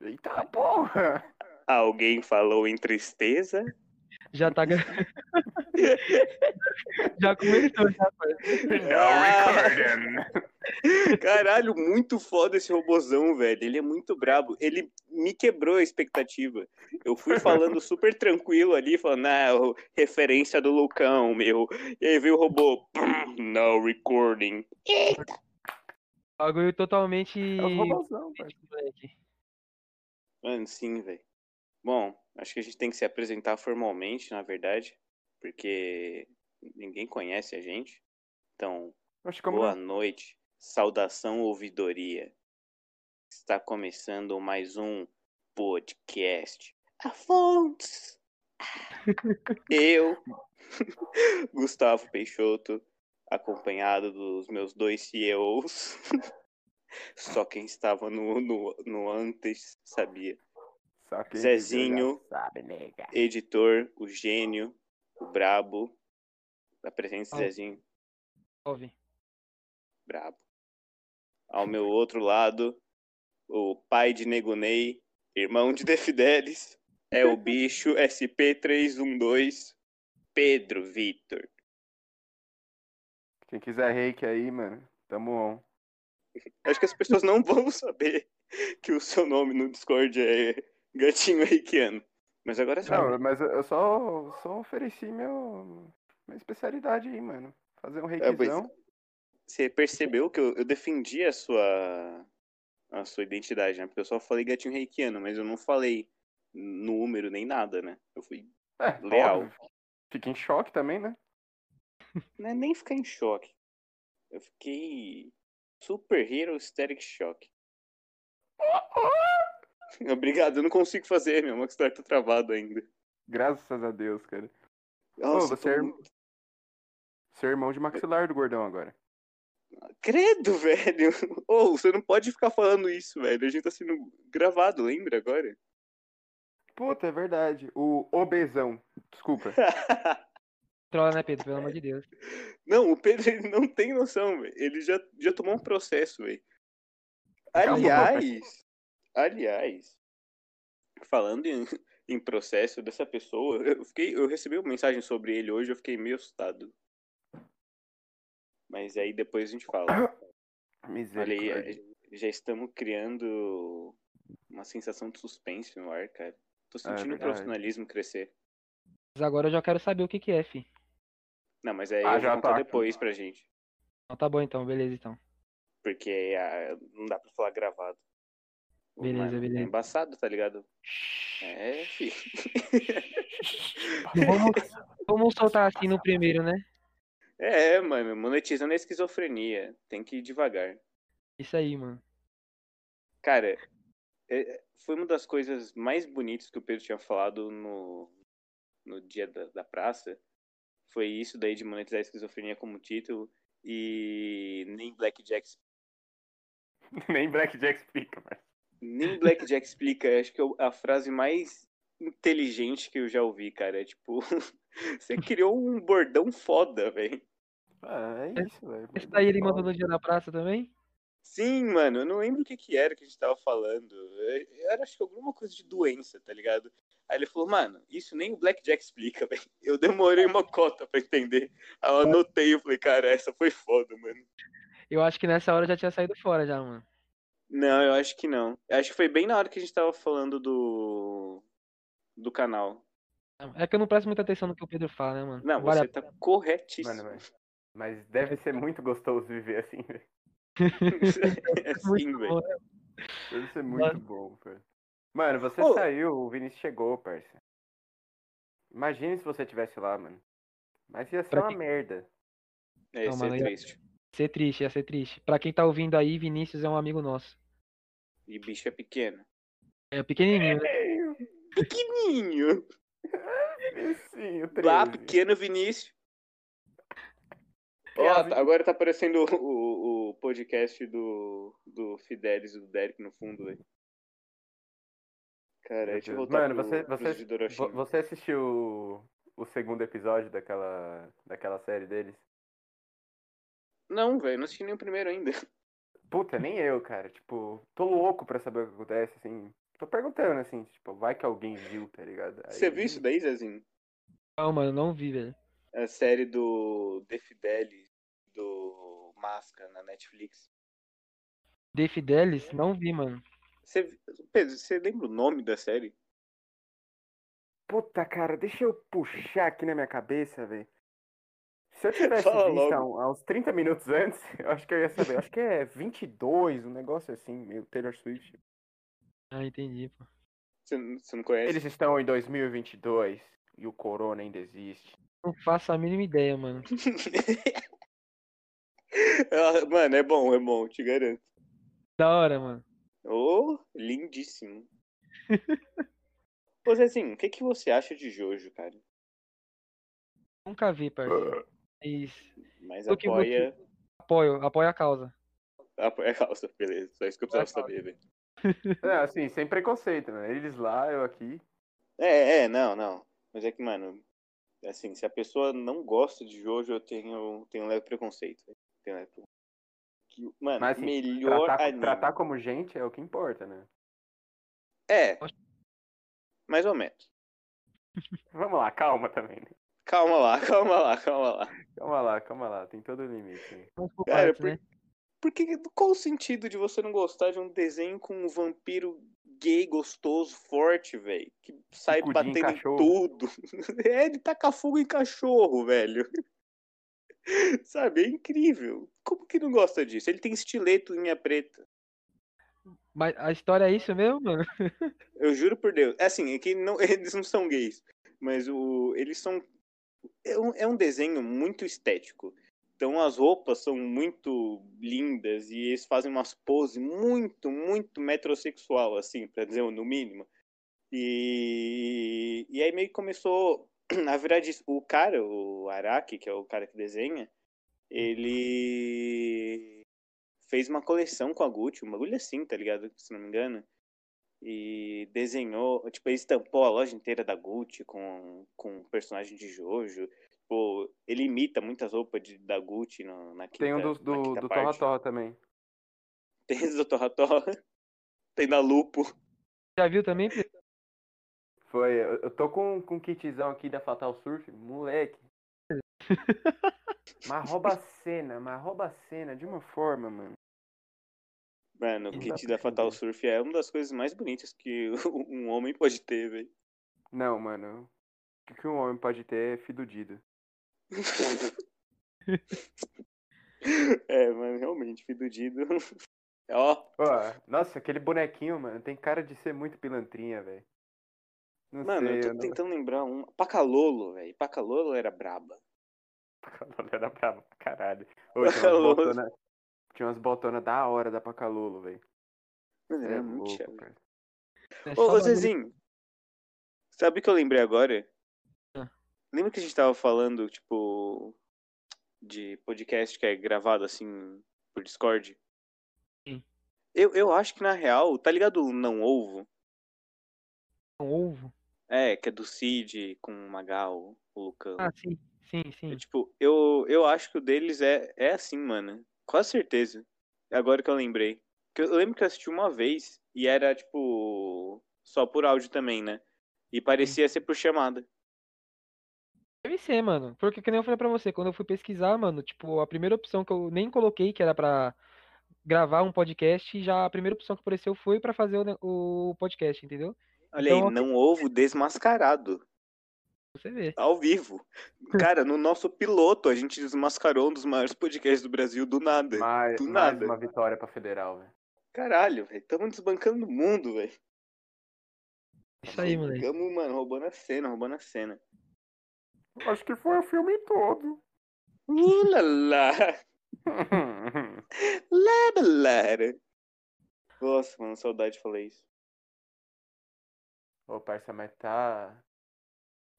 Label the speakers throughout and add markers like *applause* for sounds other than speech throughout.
Speaker 1: Eita porra!
Speaker 2: Alguém falou em tristeza?
Speaker 3: Já tá. gra- *laughs* já começou, já.
Speaker 2: Ah.
Speaker 1: É
Speaker 3: *laughs*
Speaker 1: recording!
Speaker 2: Caralho, muito foda esse robozão, velho. Ele é muito brabo. Ele me quebrou a expectativa. Eu fui falando super tranquilo ali, falando, ah, o- referência do Lucão, meu. E aí veio o robô, pum, no recording.
Speaker 3: Bagulho totalmente.
Speaker 1: É o robôzão, velho.
Speaker 2: Mano, sim, velho. Bom, acho que a gente tem que se apresentar formalmente, na verdade, porque ninguém conhece a gente. Então,
Speaker 1: Oxe, como é?
Speaker 2: Boa
Speaker 1: não?
Speaker 2: noite, saudação ouvidoria. Está começando mais um podcast. Afonso! Eu, *laughs* Gustavo Peixoto, acompanhado dos meus dois CEOs. *laughs* Só quem estava no, no, no antes sabia.
Speaker 1: Só quem
Speaker 2: Zezinho.
Speaker 1: viveu já Sabe, nega.
Speaker 2: Editor, o gênio, o brabo. A presença do
Speaker 3: Salve.
Speaker 2: Zezinho.
Speaker 3: Salve.
Speaker 2: Brabo. Ao meu outro lado, o pai de Negunei, irmão de Defidelis, é o bicho SP312, Pedro Vitor.
Speaker 1: Quem quiser reiki aí, mano, tamo on.
Speaker 2: Acho que as pessoas não vão saber que o seu nome no Discord é Gatinho Reikiano. Mas agora sabe.
Speaker 1: Não, mas eu- eu só, só ofereci meu, minha especialidade aí, mano. Fazer um
Speaker 2: É, pois-
Speaker 1: reikizão.
Speaker 2: Você percebeu que eu, eu defendi a sua, a sua identidade, né? Porque eu só falei Gatinho Reikiano, mas eu não falei número nem nada, né? Eu fui
Speaker 1: É,
Speaker 2: Leal.
Speaker 1: óbvio. Fica em choque também, né?
Speaker 2: Não é nem ficar em choque. Eu fiquei super hero static shock. *laughs* Obrigado, eu não consigo fazer, meu Maxstar tá travado ainda.
Speaker 1: Graças a Deus, cara. Ô,
Speaker 2: Nossa, eu
Speaker 1: você é
Speaker 2: tô
Speaker 1: irm-
Speaker 2: muito-
Speaker 1: Você é irmão de maxilar do gordão agora.
Speaker 2: Credo, velho! *laughs* Ô, você não pode ficar falando isso, velho. A gente tá sendo gravado, lembra agora?
Speaker 1: Puta, é verdade. O obesão.
Speaker 2: *laughs*
Speaker 1: Desculpa.
Speaker 3: Trola, né, Pedro? Pelo amor de Deus.
Speaker 2: não, o Pedro *laughs* ele não tem noção, velho. Ele já, já tomou um processo, velho.
Speaker 1: Calma,
Speaker 2: Aliás, aliás, falando em, em processo dessa pessoa, eu fiquei, eu recebi uma mensagem sobre ele hoje, eu fiquei meio assustado. Mas aí depois a gente fala. Olha aí,
Speaker 1: Misericórdia.
Speaker 2: eh, já estamos criando uma sensação de suspense no ar, cara. Tô sentindo o
Speaker 1: É verdade.
Speaker 2: profissionalismo crescer.
Speaker 3: Mas agora eu já quero saber o que, que é, fi.
Speaker 2: Não, mas aí
Speaker 1: Ah,
Speaker 2: eu
Speaker 1: já
Speaker 2: já conto
Speaker 1: tá.
Speaker 2: depois pra gente.
Speaker 3: Então tá bom então, beleza então.
Speaker 2: Porque ah, não dá pra falar gravado.
Speaker 3: Beleza,
Speaker 2: Mano,
Speaker 3: beleza.
Speaker 2: É embaçado, tá ligado? É, fi.
Speaker 3: Não *laughs* Vamos, vamos soltar assim no primeiro, né?
Speaker 2: É, mano, monetizando a esquizofrenia. Tem que ir devagar.
Speaker 3: Isso aí, mano.
Speaker 2: Cara, é- foi uma das coisas mais bonitas que o Pedro tinha falado no, no dia da, da praça. Foi isso daí de monetizar a esquizofrenia como título. E nem Blackjack
Speaker 1: *laughs* Nem Blackjack explica, mano.
Speaker 2: Nem Blackjack explica, acho que é a frase mais inteligente que eu já ouvi, cara. É tipo, *laughs* você criou um bordão foda, velho.
Speaker 1: Ah, é isso, velho.
Speaker 3: Esse daí ele mandou no dia da praça também?
Speaker 2: Sim, mano, eu não lembro o que que era que a gente tava falando. Eu- Era acho que alguma coisa de doença, tá ligado? Aí ele falou, mano, isso nem o Blackjack explica, *laughs* velho. Eu demorei uma cota pra entender. Aí eu anotei e falei, cara, essa foi foda, mano.
Speaker 3: Eu acho que nessa hora eu já tinha saído fora já, mano.
Speaker 2: Não, eu acho que não. Eu acho que foi bem na hora que a gente tava falando do. do canal.
Speaker 3: É que eu não presto muita atenção no que o Pedro fala, né, mano?
Speaker 2: Não,
Speaker 3: Vale a
Speaker 2: você tá corretíssimo.
Speaker 1: Mano, mas, mas deve ser muito gostoso viver assim, velho.
Speaker 2: *laughs* É
Speaker 3: pena, muito
Speaker 2: sim, velho.
Speaker 3: bom, né?
Speaker 1: Deve ser muito bom, velho. Mano, você
Speaker 2: Ô.
Speaker 1: saiu, o Vinícius chegou, parça. Imagine se você estivesse lá, mano. Mas ia ser
Speaker 3: Pra
Speaker 1: uma
Speaker 3: quê?
Speaker 1: merda.
Speaker 2: É,
Speaker 3: Não,
Speaker 2: isso é
Speaker 3: mano, eu-
Speaker 2: triste.
Speaker 3: Ser triste, ia ser triste. Pra quem tá ouvindo aí, Vinícius é um amigo nosso.
Speaker 2: E bicho é pequeno.
Speaker 3: É pequenininho, né?
Speaker 2: Pequenininho.
Speaker 1: Sim, o
Speaker 2: Lá, pequeno Vinícius. Ó,
Speaker 1: Piada,
Speaker 2: tá- agora tá aparecendo o, o- o podcast do, do Fidelis e do Derek no fundo, velho. Cara, deixa eu voltar
Speaker 1: Mano,
Speaker 2: pro,
Speaker 1: você,
Speaker 2: pros
Speaker 1: você,
Speaker 2: de Doroshima.
Speaker 1: vo- você assistiu o, o segundo episódio daquela, daquela série deles?
Speaker 2: Não, velho, não assisti nem o primeiro ainda. *laughs*
Speaker 1: Puta, nem eu, cara. Tipo, tô louco pra saber o que acontece, assim. Tô perguntando, assim, tipo, vai que alguém viu, tá ligado? Aí-
Speaker 2: Você viu isso daí, Zezinho?
Speaker 3: Não, mano, não vi, velho.
Speaker 2: A série do The Fidelis, do Máscara na Netflix.
Speaker 3: The Fidelis, não vi, mano.
Speaker 2: Você, Pedro, você lembra o nome da série?
Speaker 1: Puta, cara, deixa eu puxar aqui na minha cabeça, velho. Se
Speaker 2: *laughs*
Speaker 1: eu tivesse
Speaker 2: Fala
Speaker 1: visto
Speaker 2: logo.
Speaker 1: há um- há uns 30 minutos *laughs* antes, eu acho que eu ia saber. Eu acho que é 22, um negócio assim, meio Taylor Swift.
Speaker 2: *laughs*
Speaker 3: Ah, entendi, pô.
Speaker 2: Você, não- você não conhece?
Speaker 1: Eles estão em 2022 e o corona ainda
Speaker 2: *laughs*
Speaker 1: existe.
Speaker 3: Não faço a mínima ideia, mano.
Speaker 2: *laughs* Ah, Mano, é bom, é bom, te garanto.
Speaker 3: Da hora, mano.
Speaker 2: Oh,
Speaker 1: *laughs*
Speaker 2: lindíssimo. Ô Zezinho, o que, que você acha de Jojo, cara?
Speaker 3: Nunca vi,
Speaker 2: Ah.
Speaker 3: parceiro. Mas
Speaker 2: Mas
Speaker 3: O que
Speaker 2: apoia.
Speaker 3: apoio, apoio a causa.
Speaker 2: *laughs* Apoia a causa, beleza. Só isso que eu
Speaker 3: Apoia a
Speaker 2: precisava saber, velho.
Speaker 1: É, assim, sem preconceito, né? Eles lá, eu aqui.
Speaker 2: É, é, não, não. Mas é que, mano, assim, se a pessoa não gosta de Jojo, eu tenho, tenho um leve preconceito. velho. Tenho um leve preconceito. Que, mano,
Speaker 1: Mas, assim,
Speaker 2: melhor
Speaker 1: Tratar,
Speaker 2: anime.
Speaker 1: tratar como gente é o que importa, né?
Speaker 2: É. Mais ou menos.
Speaker 1: Vamos lá, calma também. Né?
Speaker 2: Calma lá, *laughs* calma lá, calma lá.
Speaker 1: Calma lá, calma lá, tem todo o limite. né?
Speaker 3: Vamos por
Speaker 2: Cara,
Speaker 3: partes,
Speaker 2: por-
Speaker 3: né?
Speaker 2: Porque qual o sentido de você não gostar de um desenho com um vampiro gay, gostoso, forte, velho? Que sai
Speaker 1: Bicudo em
Speaker 2: batendo em,
Speaker 1: cachorro.
Speaker 2: tudo. *laughs* É, ele taca fogo em cachorro, velho. *laughs* Sabe, é incrível. Como que não gosta disso? Ele tem estileto em linha preta.
Speaker 3: Mas a história é isso mesmo, mano? *laughs*
Speaker 2: Eu juro por Deus. É assim, é que não, *laughs* eles não são gays, mas o, eles são. É um, é um desenho muito estético. Então as roupas são muito lindas e eles fazem umas poses muito, muito metrosexual, assim, pra dizer o no mínimo. E, e aí meio que começou. *clears throat* Na verdade, o cara, o Araki, que é o cara que desenha, ele fez uma coleção com a Gucci, uma agulha assim, tá ligado? Se não me engano e desenhou, tipo, ele estampou a loja inteira da Gucci com, com um personagem de Jojo. Tipo, ele imita muitas roupas de, da Gucci no, na quinta
Speaker 1: Tem um do,
Speaker 2: na
Speaker 1: do,
Speaker 2: quinta
Speaker 1: do Torra
Speaker 2: parte.
Speaker 1: Torra também.
Speaker 2: *laughs* Tem esse do Torra Torra. Tem da Lupo.
Speaker 3: Já viu também? Pedro?
Speaker 1: Foi, eu eu tô com, com um kitzão aqui da Fatal Surf,
Speaker 2: *laughs*
Speaker 1: moleque. mas rouba a cena, mas rouba a cena de uma forma, mano.
Speaker 2: Mano, o
Speaker 3: Não
Speaker 2: kit
Speaker 3: dá pra
Speaker 2: da Fatal
Speaker 3: entender.
Speaker 2: Surf é uma das coisas mais bonitas que *laughs* um homem pode ter, velho.
Speaker 1: Não, mano. O que um homem pode ter é fidudido.
Speaker 2: É, mano, realmente, fidudido. *laughs* Ó,
Speaker 1: Ó, nossa, aquele bonequinho, mano, tem cara de ser muito pilantrinha, velho. Não
Speaker 2: mano,
Speaker 1: sei,
Speaker 2: eu tô
Speaker 1: eu não...
Speaker 2: tentando lembrar um. Pacalolo, velho. Pacalolo era braba.
Speaker 1: *laughs* Pacalolo era brabo pra caralho.
Speaker 2: *laughs*
Speaker 1: Ô, tinha umas
Speaker 2: Pacalolo.
Speaker 1: botonas tinha umas botona da hora da Pacalolo, velho.
Speaker 2: Mano,
Speaker 1: É
Speaker 2: era muito
Speaker 1: louco,
Speaker 2: chato.
Speaker 1: cara.
Speaker 3: É
Speaker 2: Ô,
Speaker 3: só
Speaker 2: ô
Speaker 3: bagulho-
Speaker 2: Zezinho, sabe o que eu lembrei agora?
Speaker 3: Ah.
Speaker 2: Lembra que a gente tava falando, tipo, de podcast que é gravado assim por Discord?
Speaker 3: Sim.
Speaker 2: Eu, eu acho que na real, tá ligado o Não Ovo?
Speaker 3: Um ovo?
Speaker 2: É, que é do Cid com o Magal, o Lucão.
Speaker 3: Ah, sim, sim, sim.
Speaker 2: É, tipo, eu, eu acho que o deles é, é assim, mano. Quase certeza. É Agora que eu lembrei. Que eu lembro que eu assisti uma vez e era, tipo, só por áudio também, né? E parecia ser por chamada.
Speaker 3: Deve ser, mano. Porque que nem eu falei pra você, quando eu fui pesquisar, mano, tipo, a primeira opção que eu nem coloquei, que era pra gravar um podcast, já a primeira opção que apareceu foi pra fazer o, ne- o podcast, entendeu?
Speaker 2: Olha
Speaker 3: Então,
Speaker 2: aí, né? não ovo desmascarado.
Speaker 3: Você vê.
Speaker 2: Ao
Speaker 3: *laughs*
Speaker 2: vivo. Cara, no nosso piloto, a gente desmascarou um dos maiores podcasts do Brasil do nada.
Speaker 1: Mais,
Speaker 2: Do
Speaker 1: mais
Speaker 2: nada.
Speaker 1: uma vitória pra Federal, velho.
Speaker 2: Caralho, velho. Tamo desbancando o mundo, velho.
Speaker 3: Isso aí, moleque.
Speaker 2: Ficamos, mano, roubando a cena, roubando a cena.
Speaker 1: Acho que foi o filme todo. *laughs*
Speaker 2: Ulala!
Speaker 3: Uhum.
Speaker 2: Labalara! Nossa, mano, saudade de falar isso.
Speaker 1: Ô, parça, mas tá.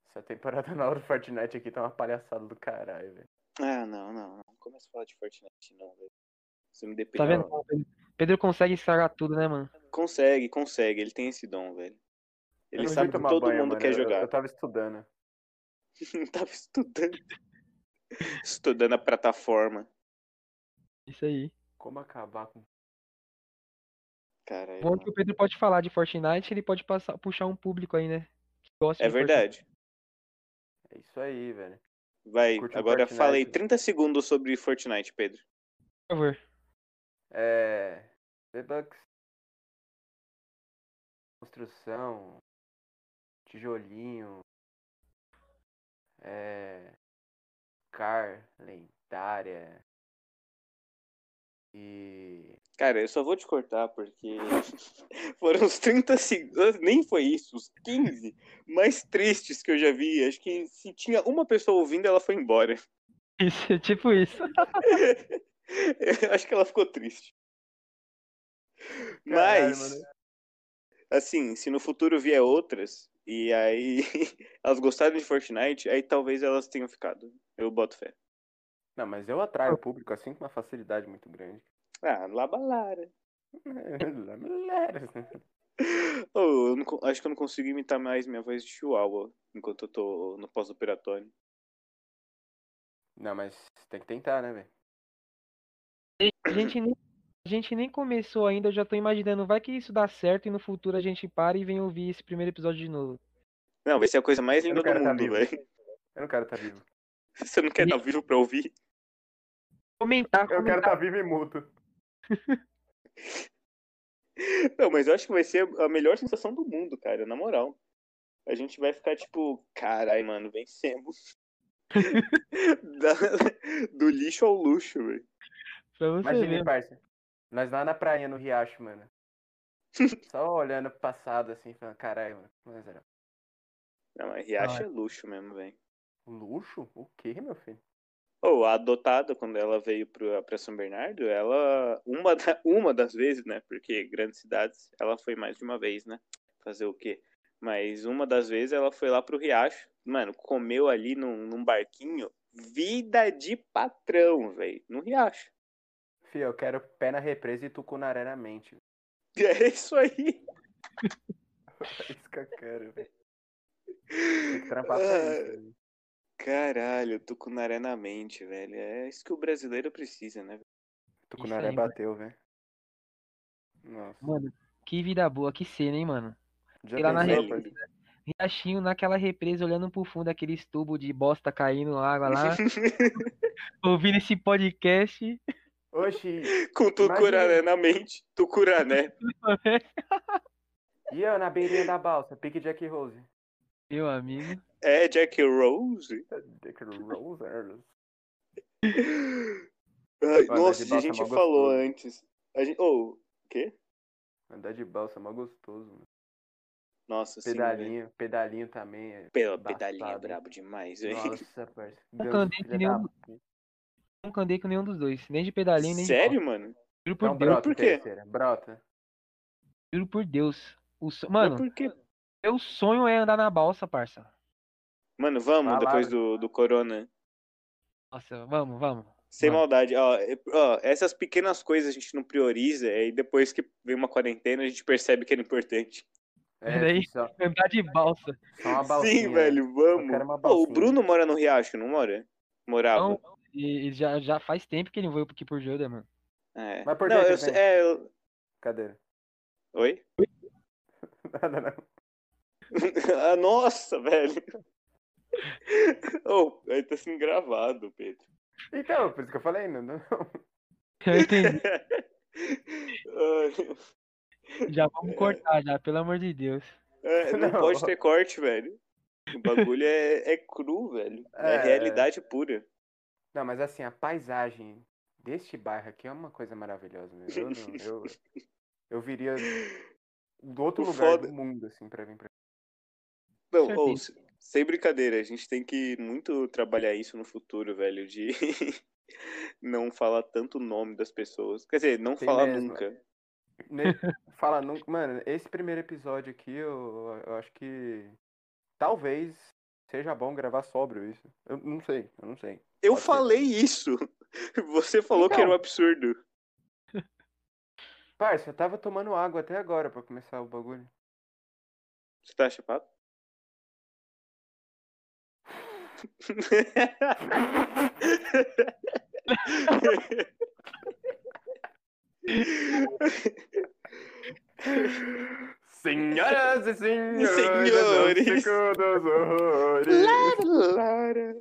Speaker 1: Essa temporada *laughs* nova do Fortnite aqui tá uma palhaçada do caralho, velho.
Speaker 2: Ah, não, não, não. Não começa a falar de Fortnite, não, velho. Você me
Speaker 3: Tá
Speaker 2: depende.
Speaker 3: vendo? como Pedro- Pedro consegue estragar tudo, né, mano?
Speaker 2: Consegue, consegue. Ele tem esse dom, velho.
Speaker 1: Eu
Speaker 2: Ele
Speaker 1: não fui
Speaker 2: sabe que
Speaker 1: tomar
Speaker 2: todo
Speaker 1: banho,
Speaker 2: mundo
Speaker 1: mano,
Speaker 2: quer
Speaker 1: eu-
Speaker 2: jogar.
Speaker 1: Eu, tava estudando.
Speaker 2: *laughs* Tava estudando. Estudando a plataforma.
Speaker 3: Isso aí.
Speaker 1: Como acabar com.
Speaker 2: Caralho.
Speaker 3: Bom que o Pedro pode falar de Fortnite, ele pode passar, puxar um público aí, né? Que gosta
Speaker 2: É
Speaker 3: de
Speaker 2: verdade.
Speaker 1: É isso aí, velho.
Speaker 2: Vai,
Speaker 1: Curte o
Speaker 2: agora
Speaker 1: Fortnite.
Speaker 2: fala aí 30 segundos sobre Fortnite, Pedro.
Speaker 3: Fortnite, por favor. *laughs*
Speaker 1: É. V-Bucks. Construção. Tijolinho. É. Car. Lendária. E.
Speaker 2: Cara, eu só vou te cortar porque *laughs* foram os 30 segundos, ah, nem foi isso, os 15 mais tristes que eu já vi. Acho que se tinha uma pessoa ouvindo, ela foi embora. *laughs*
Speaker 3: Isso, é tipo isso.
Speaker 2: Eu acho que ela ficou triste.
Speaker 1: Caralho,
Speaker 2: Mas,
Speaker 1: mano.
Speaker 2: assim, se no futuro vier outras, e aí *laughs* elas gostaram de Fortnite, aí talvez elas tenham ficado. Eu boto fé.
Speaker 1: Não, mas eu atraio o público assim com uma facilidade muito grande.
Speaker 2: Ah, labalara.
Speaker 1: Lameleiros.
Speaker 2: Oh, eu não co- acho que eu não consigo imitar mais minha voz de chihuahua enquanto eu tô no pós-operatório.
Speaker 1: *laughs* Não, mas tem que tentar, né, velho?
Speaker 3: A gente, nem, a gente nem começou ainda, eu já tô imaginando. Vai que isso dá certo e no futuro a gente para e vem ouvir esse primeiro episódio de novo.
Speaker 2: Não, vai ser a coisa mais
Speaker 1: Eu
Speaker 2: linda
Speaker 1: não
Speaker 2: do
Speaker 1: quero tá
Speaker 2: mundo,
Speaker 1: vivo.
Speaker 2: velho. *laughs*
Speaker 1: Eu não quero estar vivo.
Speaker 2: Você não quer estar vivo pra ouvir?
Speaker 3: Comentar,
Speaker 1: Eu
Speaker 3: comentar.
Speaker 1: quero estar vivo e mudo.
Speaker 2: Não, mas eu acho que vai ser a melhor sensação do mundo, cara, na moral. A gente vai ficar tipo, carai, mano,
Speaker 1: *laughs*
Speaker 2: vencemos. *laughs* Da- do lixo ao luxo, velho.
Speaker 3: Pra você
Speaker 1: Imagina,
Speaker 3: ver.
Speaker 1: parça. Nós lá na praia, no Riacho, mano. Só olhando pro passado, assim, falando, caralho, mano. Mas era
Speaker 2: Não, mas Riacho
Speaker 3: Ah,
Speaker 2: é luxo mesmo, velho.
Speaker 1: um luxo? O quê, meu filho?
Speaker 2: Ou a adotada, quando ela veio pra, pra São Bernardo, ela. Uma, da- *laughs* uma das vezes, né? Porque grandes cidades, ela foi mais de uma vez, né? Fazer o quê? Mas uma das vezes ela foi lá pro Riacho, mano, comeu ali num, num barquinho. Vida de patrão, velho. No Riacho. *laughs*
Speaker 1: Fio, eu quero pé na represa e tucunaré na mente. *laughs*
Speaker 2: É isso aí.
Speaker 1: É isso que eu quero, velho. Tem que trampar pra isso. velho.
Speaker 2: Caralho, eu tô com naré na mente, velho. É isso que o brasileiro precisa, né?
Speaker 1: Tucunaré
Speaker 3: aí, mano.
Speaker 1: bateu, velho. Nossa.
Speaker 3: Mano, que vida boa, que cena, hein, mano.
Speaker 1: Já
Speaker 3: e lá na né?
Speaker 1: pensou,
Speaker 2: rede-
Speaker 1: parça?
Speaker 3: Riachinho naquela represa, olhando pro fundo aqueles tubos de bosta caindo na água lá, ouvindo esse podcast. *laughs*
Speaker 1: Oxi,
Speaker 2: com tucurané na mente. Tucurané.
Speaker 1: e eu na beirinha da balsa? Pique Jack Rose.
Speaker 3: Meu amigo.
Speaker 2: É Jack Rose?
Speaker 1: Jack Tá Rose? é,
Speaker 2: Ai,
Speaker 1: Mano,
Speaker 2: nossa,
Speaker 1: de
Speaker 2: a
Speaker 1: balsa
Speaker 2: gente
Speaker 1: é mó
Speaker 2: falou
Speaker 1: gostoso.
Speaker 2: antes. A gente... Oh, quê?
Speaker 1: Andar de balsa, é mó gostoso, mano.
Speaker 2: Nossa, assim, sim, velho.
Speaker 1: Pedalinho, pedalinho também. é
Speaker 2: Pela pedalinha é
Speaker 1: embaçado, hein?
Speaker 2: brabo demais, velho.
Speaker 1: Nossa, parça.
Speaker 3: Nunca
Speaker 1: Ganso,
Speaker 3: andei
Speaker 1: filha
Speaker 3: que nem
Speaker 1: da
Speaker 3: um-
Speaker 1: puta.
Speaker 3: Nunca andei com nenhum dos dois. Nem de pedalinho, nem de.
Speaker 2: Sério, mano?
Speaker 3: pau. Juro por
Speaker 1: Então,
Speaker 3: Deus,
Speaker 1: brota,
Speaker 2: por quê?
Speaker 1: terceira. Brota.
Speaker 3: juro por Deus. O so-
Speaker 2: Mas
Speaker 3: Mano,
Speaker 2: por quê?
Speaker 3: meu sonho é andar na balsa, parça.
Speaker 2: Mano, vamos,
Speaker 1: Palavra.
Speaker 2: depois do, do corona.
Speaker 3: Nossa, vamos, vamos.
Speaker 2: Sem
Speaker 3: Mano.
Speaker 2: maldade. Ó, é- ó, essas pequenas coisas a gente não prioriza e depois que vem uma quarentena a gente percebe que era importante.
Speaker 1: É,
Speaker 3: Peraí.
Speaker 1: só,
Speaker 3: Andar de balsa.
Speaker 1: só uma balsinha.
Speaker 2: Sim, velho,
Speaker 1: Eu quero
Speaker 2: vamos.
Speaker 1: uma
Speaker 2: Pô, o
Speaker 1: balsinha.
Speaker 2: Bruno mora no Riacho, não mora? Morava.
Speaker 3: Então, e, e já, já faz tempo que ele não veio aqui por Joda, mano. *laughs*
Speaker 2: É.
Speaker 1: Mas por
Speaker 2: não,
Speaker 1: dentro
Speaker 2: eu
Speaker 1: ele
Speaker 2: sei-
Speaker 1: vem.
Speaker 2: é, eu-
Speaker 1: Cadê? *laughs*
Speaker 2: Oi? *laughs*
Speaker 1: Nada, não.
Speaker 2: Ah, Nossa,
Speaker 1: *laughs*
Speaker 2: velho. oh, aí tá sendo gravado, Pedro.
Speaker 1: Então, por isso que eu falei, não, não.
Speaker 3: Eu entendi.
Speaker 2: Ah,
Speaker 3: Já vamos cortar, já, pelo amor de Deus.
Speaker 2: é, não,
Speaker 1: Não.
Speaker 2: pode ter corte, velho. O bagulho é, é cru, velho. É,
Speaker 1: *laughs* É.
Speaker 2: realidade pura.
Speaker 1: Não, mas assim, a paisagem deste bairro aqui é uma coisa maravilhosa, meu. Eu, não, eu, eu viria do outro
Speaker 2: O
Speaker 1: lugar
Speaker 2: foda-
Speaker 1: do mundo, assim, pra vir pra
Speaker 2: Não,
Speaker 3: Certeza.
Speaker 2: ou, se- sem brincadeira, a gente tem que muito trabalhar isso no futuro, velho, de *laughs* não falar tanto o nome das pessoas. Quer dizer, não
Speaker 1: Tem
Speaker 2: falar
Speaker 1: mesmo.
Speaker 2: nunca.
Speaker 1: Ne- Fala, nunca. Mano, esse primeiro episódio aqui, eu, eu acho que talvez seja bom gravar sóbrio isso. Eu não sei, eu não sei.
Speaker 2: Eu
Speaker 1: Pode ser.
Speaker 2: falei isso! *laughs* Você falou que era um absurdo.
Speaker 1: Parça, eu tava tomando água até agora pra começar o bagulho.
Speaker 2: Você tá chapado?
Speaker 1: Senhoras *laughs* e senhores,
Speaker 2: Senhores.
Speaker 1: eu fico dos horrores.
Speaker 2: Lara.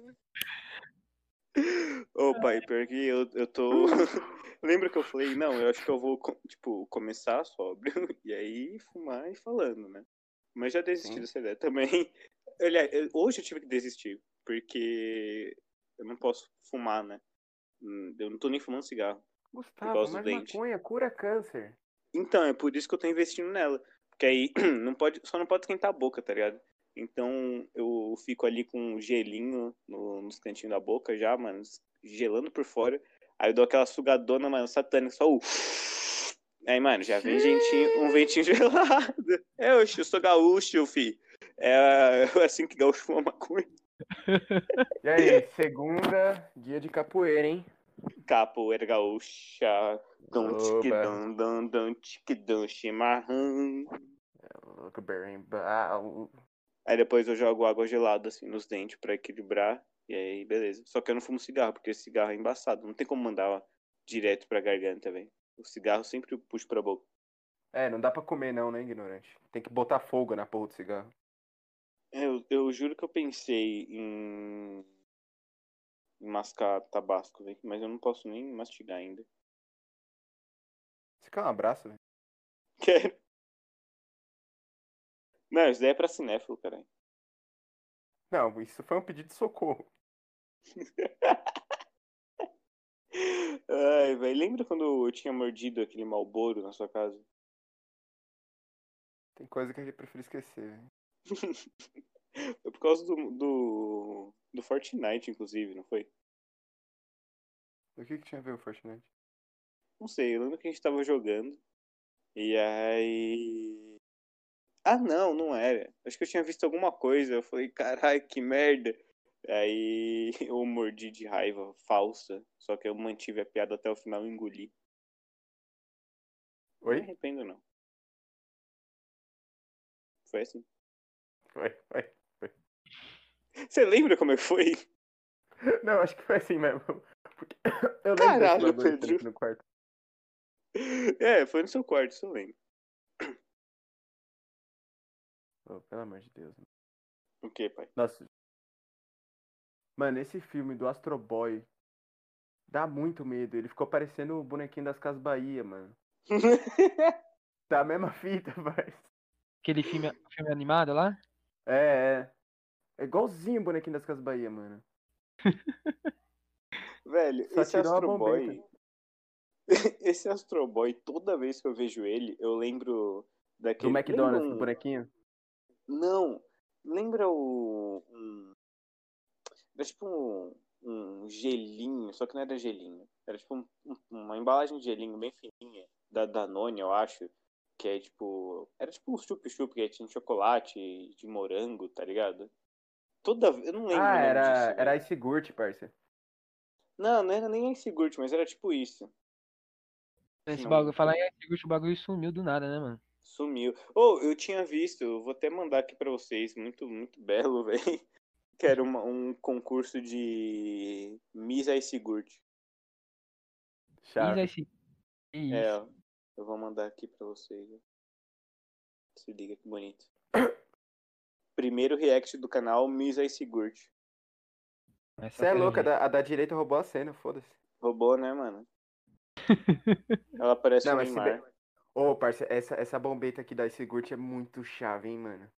Speaker 2: Ô, pai, pior que eu, eu tô. *laughs* Lembra que eu falei, não, eu acho que eu vou, co- tipo, começar sóbrio *laughs* e aí fumar e falando, né? Mas já desisti
Speaker 1: Sim.
Speaker 2: dessa ideia também. *laughs* Olha, eu- hoje eu tive que desistir, porque eu não posso fumar, né? Hum, Eu não tô nem fumando cigarro.
Speaker 1: Gustavo,
Speaker 2: gosto do
Speaker 1: mas
Speaker 2: dente.
Speaker 1: maconha cura câncer.
Speaker 2: Então, é por isso que eu tô investindo nela. Porque aí *clears throat* não pode, só não pode esquentar a boca, tá ligado? Então eu fico ali com um gelinho no, nos cantinhos da boca já, mano, gelando por fora. Aí eu dou aquela sugadona, mano, satânica, só o. *sniffs* Aí, mano, já vem gentinho, um ventinho *laughs* gelado. É, oxe, eu sou gaúcho, fi. É *laughs* assim que gaúcho fuma maconha.
Speaker 1: E aí, segunda, dia de capoeira, hein?
Speaker 2: Capoeira gaúcha. Dum, tique,
Speaker 1: Oba.
Speaker 2: dum, dum, dum, tique, dum, chimarrão.
Speaker 1: Louco, ah, berimbau.
Speaker 2: Aí depois eu jogo água gelada, assim, nos dentes pra equilibrar. E aí, beleza. Só que eu não fumo cigarro, porque esse cigarro é embaçado. Não tem como mandar ó, direto pra garganta, velho. O cigarro sempre puxa pra boca.
Speaker 1: É, não dá pra comer não, né, ignorante? Tem que botar fogo na porra do cigarro.
Speaker 2: É, Eu, eu juro que eu pensei em... em mascar tabasco, velho. Mas eu não posso nem mastigar ainda. *laughs*
Speaker 1: Isso aqui é um abraço, velho.
Speaker 2: Quero. Não, isso daí é pra cinéfilo, caralho.
Speaker 1: Não, isso foi um pedido de socorro.
Speaker 2: Ai, velho. Lembra quando eu tinha mordido aquele malboro na sua casa?
Speaker 1: Tem coisa que a gente prefere esquecer, velho.
Speaker 2: Foi por causa do, do, do Fortnite, inclusive, não foi?
Speaker 1: O que que tinha a ver o Fortnite?
Speaker 2: Não sei, eu lembro que a gente tava jogando. E aí. Ah, não, não era. Acho que eu tinha visto alguma coisa. Eu falei, caralho, que merda. Aí *laughs* eu mordi de raiva falsa. Só que eu mantive a piada até o final e engoli. Não me
Speaker 1: Oi?
Speaker 2: arrependo, não. Foi assim. *laughs*
Speaker 1: Foi, foi.
Speaker 2: Você lembra como é que foi?
Speaker 1: *laughs*
Speaker 2: *laughs*
Speaker 1: Não, acho que foi assim mesmo. *laughs* Porque eu lembro desse
Speaker 2: Caralho,
Speaker 1: bagulho
Speaker 2: Pedro.
Speaker 1: preto no quarto.
Speaker 2: É, foi no seu quarto, isso eu lembro.
Speaker 1: Ô, Oh, pelo amor de Deus. mano.
Speaker 2: O que, pai?
Speaker 1: Nossa. Mano, esse filme do Astro Boy dá muito medo. Ele ficou parecendo o bonequinho das Casas Bahia,
Speaker 2: *laughs*
Speaker 1: mano. Tá a mesma fita, *laughs* mas.
Speaker 3: Aquele filme, filme animado lá?
Speaker 1: É, é. É igualzinho o bonequinho das Casas Bahia, mano.
Speaker 2: Velho,
Speaker 1: Só
Speaker 2: esse
Speaker 1: tirou a
Speaker 2: Astro Boy.
Speaker 1: bombeta.
Speaker 2: *laughs* Esse Astro Boy, toda vez que eu vejo ele, eu lembro
Speaker 1: Do
Speaker 2: daquele.
Speaker 1: McDonald's, do
Speaker 2: lembra um-
Speaker 1: bonequinho.
Speaker 2: Não, lembra o. Um... Era tipo um, um gelinho, só que não era gelinho. Era tipo um- um- uma embalagem de gelinho bem fininha, da Danone, eu acho. Que é tipo. Era tipo um chup-chup, que tinha chocolate de morango, tá ligado? Toda. Eu não lembro. o
Speaker 1: Ah,
Speaker 2: nome disso, né?
Speaker 1: era,
Speaker 2: velho.
Speaker 1: era Ice Gurt, parça.
Speaker 2: Não, não era nem esse Gurt, mas era tipo isso.
Speaker 3: Esse
Speaker 2: Não.
Speaker 3: bagulho, falar em Gucci, o bagulho sumiu do nada, né, mano?
Speaker 2: Sumiu. Ou eu tinha visto, eu vou até mandar aqui pra vocês, muito, muito belo, *laughs* velho. Que era uma- um concurso de Miss Ice Gurt.
Speaker 3: Isso,
Speaker 1: Chave.
Speaker 3: aí sim. Que Isso.
Speaker 2: É, ó, eu vou mandar aqui pra vocês. ó. Se liga que bonito. *coughs* Primeiro react do canal Miss Ice Gurt.
Speaker 3: Mas
Speaker 1: Você é louca, a
Speaker 3: sacanagem.
Speaker 1: da, a da direita roubou a cena, foda-se.
Speaker 2: Roubou, né, mano? Ela parece
Speaker 1: Não,
Speaker 2: um
Speaker 1: mas se
Speaker 2: Neymar.
Speaker 1: Ô,
Speaker 2: Tá.
Speaker 1: parça, essa, essa bombeta aqui da Ice Gurt é muito chave, hein, mano.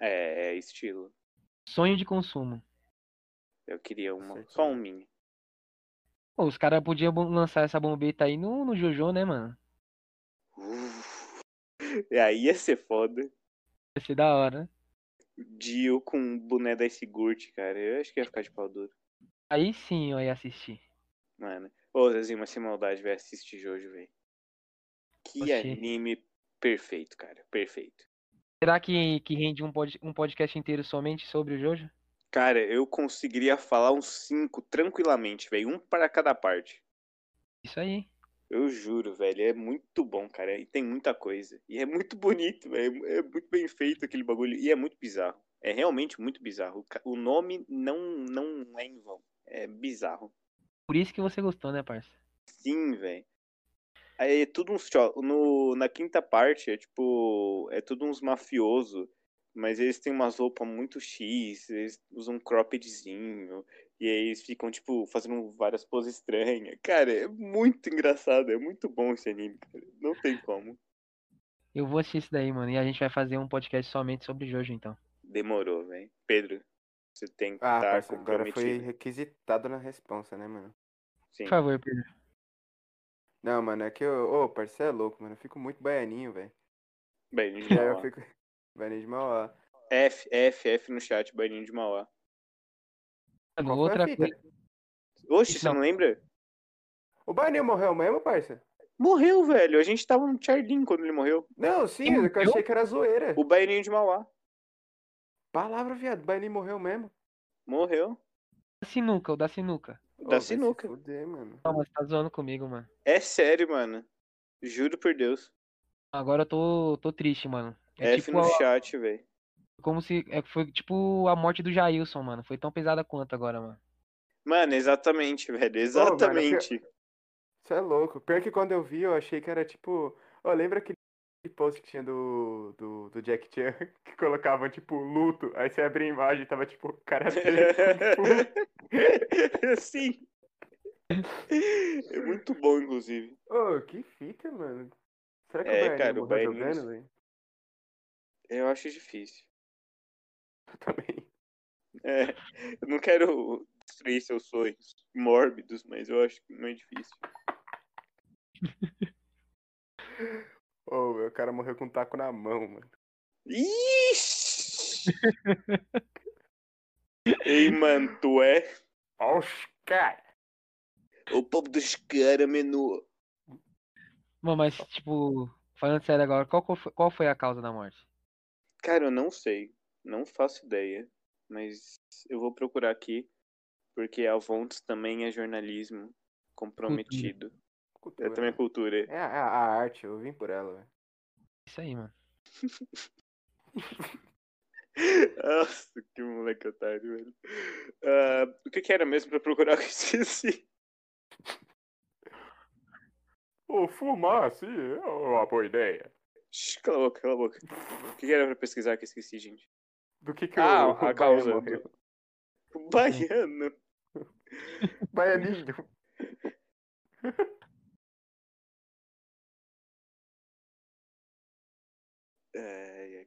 Speaker 2: É, é estilo.
Speaker 3: Sonho de consumo.
Speaker 2: Eu queria uma.
Speaker 1: Certeza.
Speaker 2: Só um mini. *laughs*
Speaker 3: Pô, os caras podiam bom- lançar essa bombeta aí no, no Jojo, né, mano?
Speaker 2: E aí ia ser foda.
Speaker 3: Ia ser da hora, né?
Speaker 2: Dio com um boné da Sigurd, cara. Eu acho que ia ficar de pau duro.
Speaker 3: Aí sim eu ia assistir.
Speaker 2: Mano. Ô, Zezinho, mas sem maldade, velho. Assiste Jojo, velho. Que
Speaker 3: Oxi.
Speaker 2: anime perfeito, cara. Perfeito.
Speaker 3: Será que, que rende um, pod, um podcast inteiro somente sobre o Jojo?
Speaker 2: Cara, eu conseguiria falar uns cinco tranquilamente, velho. Um para cada parte.
Speaker 3: Isso aí, hein?
Speaker 2: Eu juro, velho. É muito bom, cara. E tem muita coisa. E é muito bonito, velho. É muito bem feito aquele bagulho. E é muito bizarro. É realmente muito bizarro. O ca- O nome não, não é em vão. É bizarro.
Speaker 3: Por isso que você gostou, né, parça?
Speaker 2: Sim, velho. É tudo uns. cho- No, na quinta parte, é tipo. É tudo uns mafioso. Mas eles têm umas roupas muito X, eles usam um croppedzinho. E aí eles ficam, tipo, fazendo várias poses estranhas. Cara, é muito engraçado, é muito bom esse anime, cara. Não tem como.
Speaker 3: Eu vou assistir isso daí, mano. E a gente vai fazer um podcast somente sobre Jojo, então.
Speaker 2: Demorou, velho. Pedro, você tem que
Speaker 1: Ah,
Speaker 2: estar
Speaker 1: parceiro, agora
Speaker 2: comprometido.
Speaker 1: foi requisitado na responsa, né, mano?
Speaker 2: Sim.
Speaker 3: Por favor, Pedro.
Speaker 1: Não, mano, é que eu. Ô, parceiro é louco, mano. Eu fico muito baianinho, velho.
Speaker 2: Baianinho de
Speaker 1: E aí eu
Speaker 2: Mauá.
Speaker 1: fico. *laughs* Baianinho de Mauá.
Speaker 2: F, F, F no chat, Baianinho de Mauá.
Speaker 3: Mano,
Speaker 1: Qual foi a
Speaker 3: outra
Speaker 1: fita?
Speaker 3: coisa.
Speaker 2: Oxe, você não.
Speaker 3: Não.
Speaker 2: lembra?
Speaker 1: O baianinho morreu mesmo, parça?
Speaker 2: Morreu, velho. A gente tava no Charlin quando ele morreu.
Speaker 1: Não, sim,
Speaker 3: Quem
Speaker 1: eu
Speaker 3: morreu?
Speaker 1: achei que era zoeira.
Speaker 2: O Baianinho de Mauá
Speaker 1: Palavra, viado. O baianinho morreu mesmo.
Speaker 2: morreu
Speaker 3: Da sinuca, o da sinuca.
Speaker 1: Ô,
Speaker 2: da
Speaker 1: vai se
Speaker 2: sinuca.
Speaker 1: fuder, mano.
Speaker 3: Não, mas tá zoando comigo, mano.
Speaker 2: É sério, mano. Juro por Deus.
Speaker 3: Agora eu tô, tô triste, mano. É
Speaker 2: F
Speaker 3: tipo
Speaker 2: no
Speaker 3: a-
Speaker 2: chat, velho.
Speaker 3: como se. é, foi tipo a morte do Jailson, mano. Foi tão pesada quanto agora, mano.
Speaker 2: Mano, exatamente, velho. Exatamente.
Speaker 1: Isso é louco. Pior que quando eu vi, eu achei que era tipo. Ó, lembra aquele post que tinha do, do, do Jack Chan *laughs* que colocavam, tipo, luto. Aí você abria a imagem e tava, tipo, o cara dele.
Speaker 2: *laughs* Sim. É muito bom, inclusive.
Speaker 1: Ô, que fita, mano. Será que
Speaker 2: É,
Speaker 1: o
Speaker 2: cara,
Speaker 1: Baianinho
Speaker 2: o
Speaker 1: morreu
Speaker 2: Baianinho-
Speaker 1: jogando, velho? *laughs*
Speaker 2: Eu acho difícil.
Speaker 1: Eu também.
Speaker 2: É, eu não quero destruir seus sonhos mórbidos, mas eu acho que não é
Speaker 3: *laughs*
Speaker 2: difícil.
Speaker 1: Ô, o cara morreu com um taco na mão, mano.
Speaker 2: Ixi! Ei, mano, tu é
Speaker 1: Ó, os cara.
Speaker 2: o povo dos caras, menu.
Speaker 3: Mano, mas, tipo, falando sério agora, qual, co- foi- qual foi a causa da morte?
Speaker 2: Cara, eu não sei. Não faço ideia. Mas eu vou procurar aqui. Porque a Vontes também é jornalismo comprometido. É
Speaker 1: Cultura,
Speaker 2: também
Speaker 1: né?
Speaker 2: cultura. *laughs*
Speaker 1: É a, a arte, eu vim por ela, velho.
Speaker 3: Isso aí, mano.
Speaker 2: Nossa, que moleque otário, velho. Ah, o que que era mesmo pra procurar? *laughs* Eu esqueci.
Speaker 1: Ô, fumar, sim, é uma boa ideia.
Speaker 2: Shh, Cala a boca, cala a boca. O que que era pra pesquisar que eu esqueci, gente?
Speaker 1: Do que que *laughs*
Speaker 2: Ah,
Speaker 1: o, o
Speaker 2: a
Speaker 1: Baiano
Speaker 2: causa do-
Speaker 1: morreu?
Speaker 2: O baiano.
Speaker 1: Baianinho.
Speaker 2: *laughs* Ai, ai.